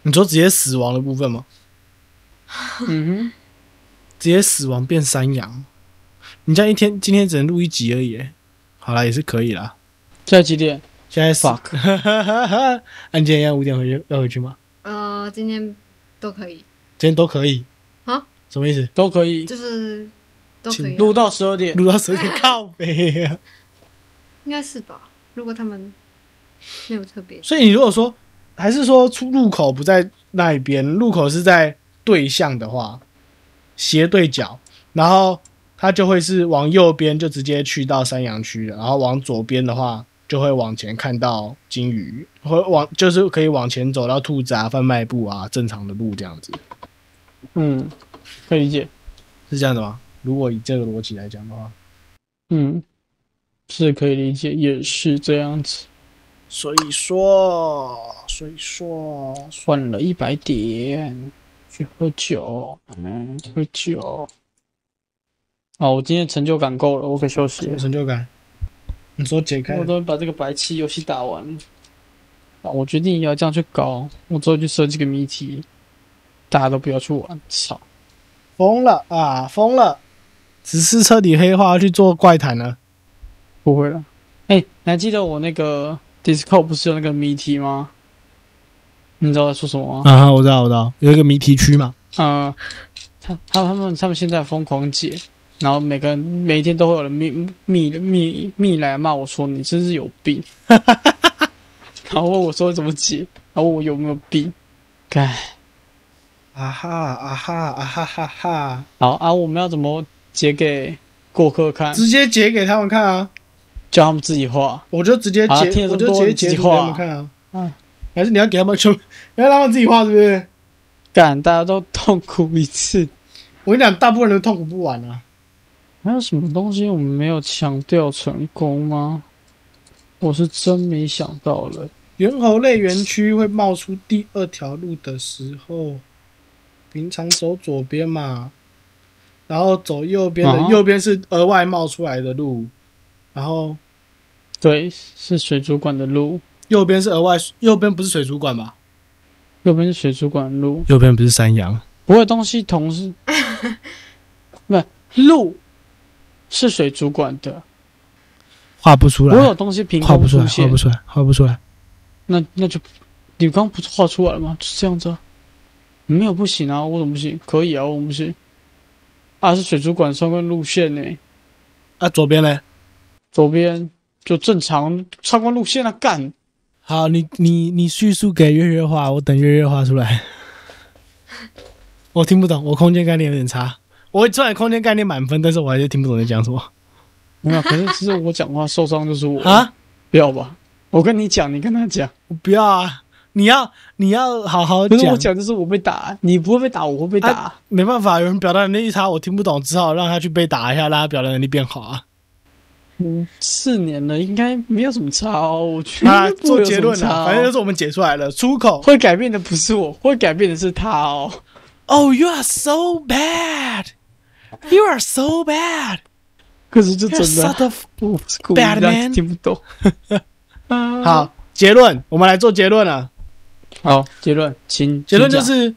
S3: 你说直接死亡的部分吗？
S1: 嗯
S3: 直接死亡变山羊，你这样一天今天只能录一集而已耶。好啦，也是可以啦。
S1: 哼，现在几点
S3: 现在是，
S1: ？fuck，
S3: 按今天要五点回去要回去吗？
S4: 呃，今天都可以，
S3: 今天都可以
S4: 啊？
S3: 什么意思？
S1: 都可以
S4: 就是都可以啊、
S1: 录到十二点。
S3: 录到十点靠北啊！
S4: 应该是吧？如果他们没有特 别，
S3: 所以你如果说还是说出入口不在那一边，入口是在对向的话，斜对角，然后它就会是往右边就直接去到山羊区了，然后往左边的话就会往前看到金鱼， 会往就是可以往前走到兔子啊、贩卖部啊正常的路这样子，
S1: 嗯，可以理解。
S3: 是这样的吗？如果以这个逻辑来讲的话，
S1: 嗯，是可以理解，也是这样子。
S3: 所以说，所以说，
S1: 换了一百点去喝酒，嗯，喝酒。好，我今天成就感够了，我可以休息
S3: 有
S1: 了。
S3: 成就感。你说解开
S1: 我都把这个白棋游戏打完了。啊，我决定也要这样去搞，我之后就设计个谜题，大家都不要去玩，操！
S3: 疯了啊，疯了！只是彻底黑化去做怪谈了。
S1: 不会了。哎、你还记得我那个 Discord 不是有那个谜题吗？你知道我在说什么吗？
S3: 啊，我知道，我知道，有一个谜题区嘛。
S1: 呃，他他他们他们现在疯狂解，然后每个人每一天都会有人密密密密来骂我说你真是有病， 然后问我说怎么解，然后问我有没有病，该
S3: 啊哈啊哈啊哈哈哈！
S1: 好啊，我们要怎么解给过客看？
S3: 直接截给他们看啊！
S1: 叫他们自己画，
S3: 我就直接
S1: 啊
S3: 截，
S1: 听
S3: 我
S1: 得这
S3: 就
S1: 么多
S3: 直接截
S1: 你自己
S3: 图给
S1: 画
S3: 他们看啊！
S1: 嗯
S3: 还是你要给他们全，你要让他们自己画，是不是？
S1: 干大家都痛苦一次。
S3: 我跟你讲，大部分人都痛苦不完啊！
S1: 还有什么东西我们没有强调成功吗？我是真没想到了。
S3: 猿猴类园区会冒出第二条路的时候，平常走左边嘛，然后走右边的
S1: 啊哈
S3: 右边是额外冒出来的路，然后
S1: 对，是水族馆的路，
S3: 右边是额外，右边不是水族馆吧？
S1: 右边是水族馆的路。
S3: 右边不是山羊，
S1: 不会东西同是，不路是水族馆的，
S3: 画不出
S1: 如果有东西凭空出现，
S3: 出来，画不出来。
S1: 那那就你刚不是画出来了吗？就是这样子啊，没有不行啊，我怎么不行？可以啊，我怎么不行？啊，是水族馆相关路线呢、
S3: 啊，左边嘞？
S1: 左边就正常参观路线啊，干
S2: 好，你你你叙述给月月画，我等月月画出 来。
S3: 我听不懂，我空间概念有点差。我虽然空间概念满分，但是我还是听不懂在讲什么。
S1: 没有，可是其实我讲话受伤就是我
S2: 啊，
S1: 不要吧？我跟你讲，你跟他讲，
S2: 我不要啊！你要你要好好
S1: 不是我
S2: 讲，
S1: 讲就是我被打，你不会被打，我会被打。
S2: 啊没办法，有人表达能力差，我听不懂，只好让他去被打一下，让他表达能力变好啊。
S1: 嗯，四年了，应该没有什么差哦。我觉得、
S3: 啊，做结论
S1: 啊，
S3: 了，反正就是我们解出来了，出口
S1: 会改变的不是我，会改变的是他哦。
S2: Oh, you are so bad. You are so bad.
S1: 可是就真
S2: You're such
S1: 的，
S2: a
S1: 我不是故意
S2: bad
S1: 让你
S2: man
S1: 听不懂。 啊
S3: 好，结论，我们来做结论了。
S1: 好，结论，请
S3: 结论就是，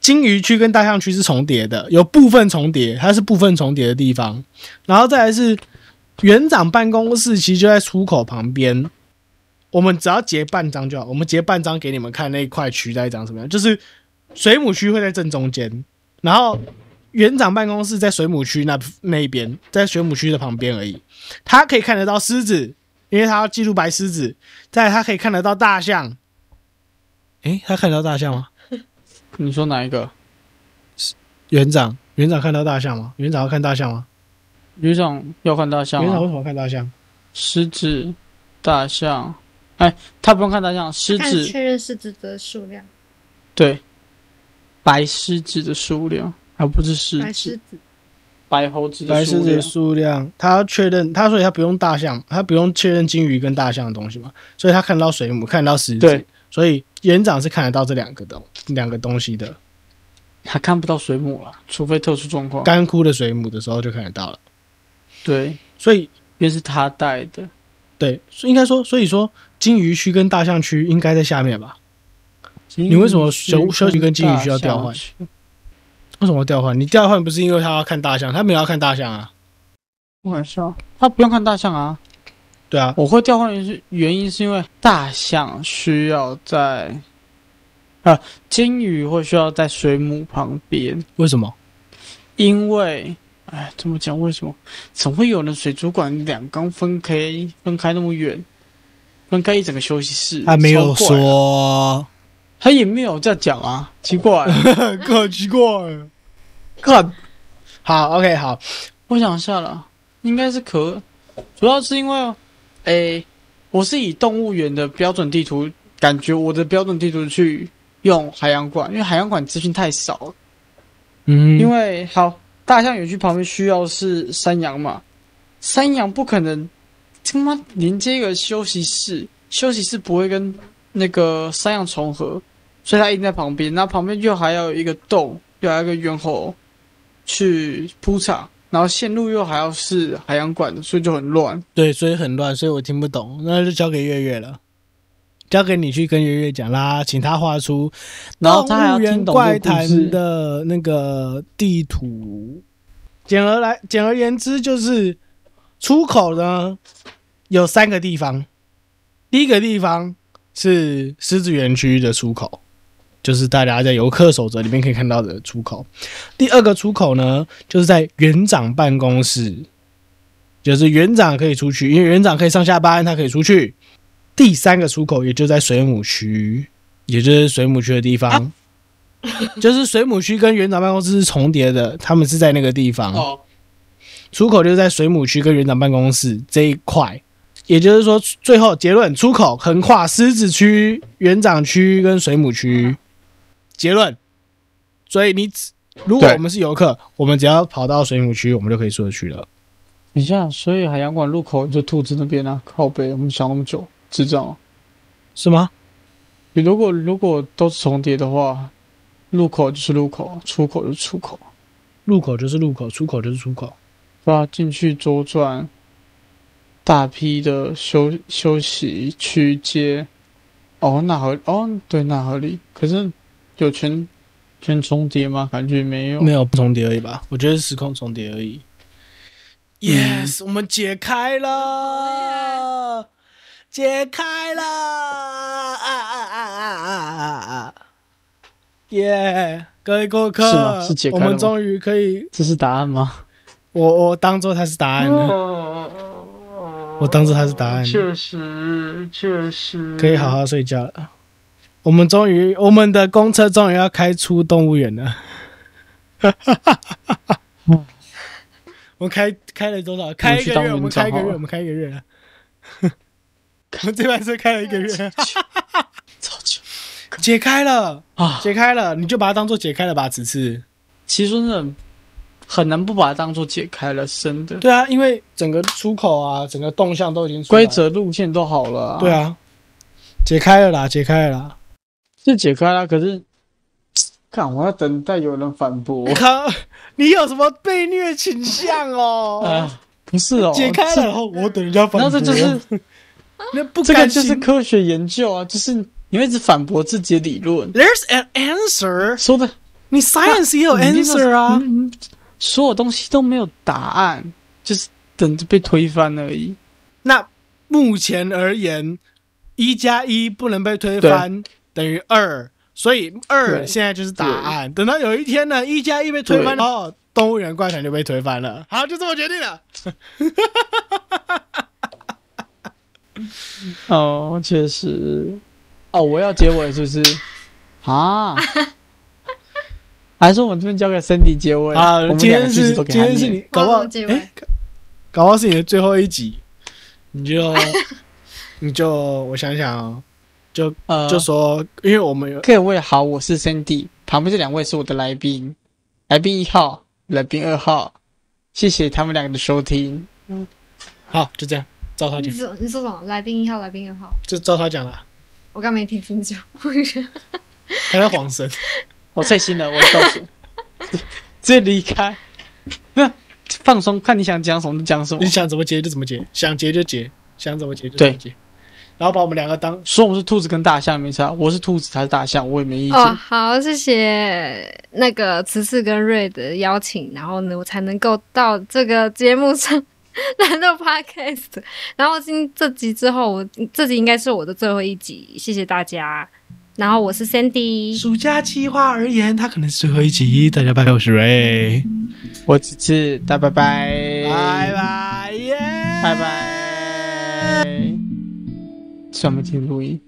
S3: 金鱼区跟大象区是重叠的，有部分重叠，它是部分重叠的地方。然后再来是园长办公室，其实就在出口旁边。我们只要截半张就好，我们截半张给你们看那一块区在长什么样。就是水母区会在正中间，然后园长办公室在水母区那那一边，在水母区的旁边而已。他可以看得到狮子，因为他要记录白狮子。再来他可以看得到大象，诶，他看得到大象吗？
S1: 你说哪一个？
S3: 园长，园长看到大象吗？园长要看大象吗？
S1: 园长要看大象、
S3: 园长
S1: 啊
S3: 为，什么看大象？
S1: 狮子、大象，哎，他不用看大象，狮
S4: 看
S1: 子
S4: 确认狮子的数量，
S1: 对，白狮子的数量，而不是狮
S4: 白狮
S1: 子，
S4: 子，
S1: 白猴子
S3: 白
S1: 的
S3: 狮
S1: 数
S3: 子
S1: 量
S3: 的。数量，他要确认，他所以他不用大象，他不用确认金鱼跟大象的东西嘛，所以他看得到水母，看得到狮子
S1: 对，
S3: 所以园长是看得到这两个东两个东西的。
S1: 他看不到水母了，除非特殊状况。
S3: 干枯的水母的时候就看得到了，
S1: 对，
S3: 所以
S1: 因为是他带的。
S3: 对，所以应该说，所以说金鱼区跟大象区应该在下面吧？你为什么休休息跟金鱼需要调换
S1: 金鱼需要大象区
S3: 为什么要调换？你调换不是因为他要看大象，他没有要看大象啊？
S1: 开玩笑，他不用看大象啊。
S3: 对啊，
S1: 我会调换的是原因是因为大象需要在，啊，金鱼会需要在水母旁边，
S3: 为什么？
S1: 因为，哎，怎么讲？为什么？怎么会有人水族馆两缸分开分开那么远，分开一整个休息室？
S2: 他没有
S1: 超怪啊，
S2: 说，
S1: 他也没有这样讲啊，奇 怪、
S3: 很奇怪。
S1: 看，
S3: 好，OK，好，
S1: 我想一下了，应该是可，主要是因为，哎、我是以动物园的标准地图，感觉我的标准地图去用海洋馆，因为海洋馆资讯太少了。
S2: 嗯，
S1: 因为好，大象园区旁边需要是山羊嘛，山羊不可能他妈连接一个休息室，休息室不会跟那个山羊重合，所以它一定在旁边。那旁边又还要有一个洞，又还有一个猿猴去铺场，然后线路又还要是海洋馆的，所以就很乱。
S2: 对，所以很乱，所以我听不懂，那就交给月月了，交给你去跟月月讲啦，请他画出
S1: 然后他还要
S2: 动物园
S1: 听懂
S2: 怪
S1: 这个故
S2: 谈
S1: 事。
S2: 的那个地图。
S3: 简而来，简而言之就是，出口呢有三个地方，第一个地方是狮子园区的出口，就是大家在游客守则里面可以看到的出口。第二个出口呢，就是在园长办公室，就是园长可以出去，因为园长可以上下班，他可以出去。第三个出口也就在水母区，也就是水母区的地方。 就是水母区跟园长办公室是重叠的，他们是在那个地方。
S1: 哦，
S3: 出口就是在水母区跟园长办公室这一块。也就是说，最后结论，出口横跨狮子区、园长区跟水母区。结论，所以你只如果
S1: 对
S3: 我们是游客，我们只要跑到水母区，我们就可以出得去了。
S1: 等一下，所以海洋馆入口就兔子那边啊，靠北，我们想那么久，智障、啊。
S3: 是吗？
S1: 你如果如果都是重叠的话，入口就是入口，出口就是出口，
S3: 入口就是入口，出口就是出口。
S1: 对吧？进去左转，大批的休休息区街，哦，那合哦，对，那合理。可是有全全重叠吗？感觉没有。
S3: 没有不重叠而已吧？我觉得是时空重叠而已。Yes，、我嗯们解开了，解开了，啊啊啊啊啊啊！耶、各位顾客，
S1: 是吗是解开了
S3: 我
S1: 吗
S3: 们终于可以，
S1: 这是答案吗？
S3: 我我当做它是答案了，
S1: 哦
S3: 我当做它是答案了，
S1: 实，确实
S3: 可以好。好睡觉了。我们终于，我们的公车终于 要开出动物园了。我们开开了多少？开一个
S1: 去当
S3: 月，我们
S1: 文章
S3: 开一个
S1: 好
S3: 月，
S1: 了
S3: 我们开一个月。 我们这班车开了一 个月，
S1: 超久
S3: 解开了，
S1: 啊！
S3: 解开了，你就把它当做解开了吧，此次。
S1: 其实说真的，很难不把它当做解开了，真的。
S3: 对啊，因为整个出口啊，整个动向都已经出来
S1: 规
S3: 了。
S1: 则路线都好了、
S3: 对，啊，解开了啦，解开了啦。
S1: 是解开了，可是，看我要等待有人反驳
S3: 靠，你有什么被虐倾 向哦？
S1: 啊，不是哦，
S3: 解开
S1: 这
S3: 了，然后我等人家反
S1: 然后
S3: 驳
S1: 这就是
S3: 那不
S1: 这个
S3: 甘
S1: 就
S3: 心。
S1: 是科学研究啊，就是你会一直反驳自己的理论，
S3: There's an answer，
S1: 说的
S3: 你 science 也有 answer 啊。
S1: 嗯嗯所有东西都没有答案，就是等着被推翻而已。
S3: 那目前而言，一加一不能被推翻等于二，所以二
S1: 对
S3: 现在就是答案。等到有一天呢，一加一被推翻，哦，动物园怪谈就被推翻了。好，就这么决定了。
S1: 哦，确实。哦，我要结尾是 不是？啊？还是我们这边交给 Cindy 结尾
S3: 啊
S1: 我，们
S3: 今
S1: 两个
S3: 天
S1: 句子
S3: 是
S1: 都给
S3: 今
S1: 他
S3: 天是
S1: 念
S3: 你，搞不好
S4: 忘了结尾
S3: 哎，搞不好是你的最后一集，你就你就我想想哦，就
S1: 呃，
S3: 就说，因为我们有
S1: 各位好，我是 Cindy，旁边这两位是我的来宾，来宾一号，来宾二号，谢谢他们两个的收听。
S3: 好就这样照他
S4: 你
S3: 讲，
S4: 说你说什么？来宾一号，来宾二号，
S3: 就照他讲了，
S4: 我刚没听清楚。
S3: 还在晃 神，
S1: 我最新的，我告诉，直接离开，那放松，看你想讲什么就讲什么
S3: 你。想怎么结就怎么结，想结就结，想怎么结就怎
S1: 对
S3: 么结，然后把我们两个当
S1: 说我们是兔子跟大象没差，我是兔子，他是大象，我也没意见。
S4: 哦，好，谢谢那个慈次跟瑞的邀请，然后呢，我才能够到这个节目上 来录 podcast。然后今这集之后，我这集应该是我的最后一集，谢谢大家。然后我是 Sandy，
S3: 暑假计划而言，它可能是最后一集，大家拜拜，我是瑞，
S1: 我只是大拜拜，
S3: 拜拜耶，
S1: 拜拜，算没听录音。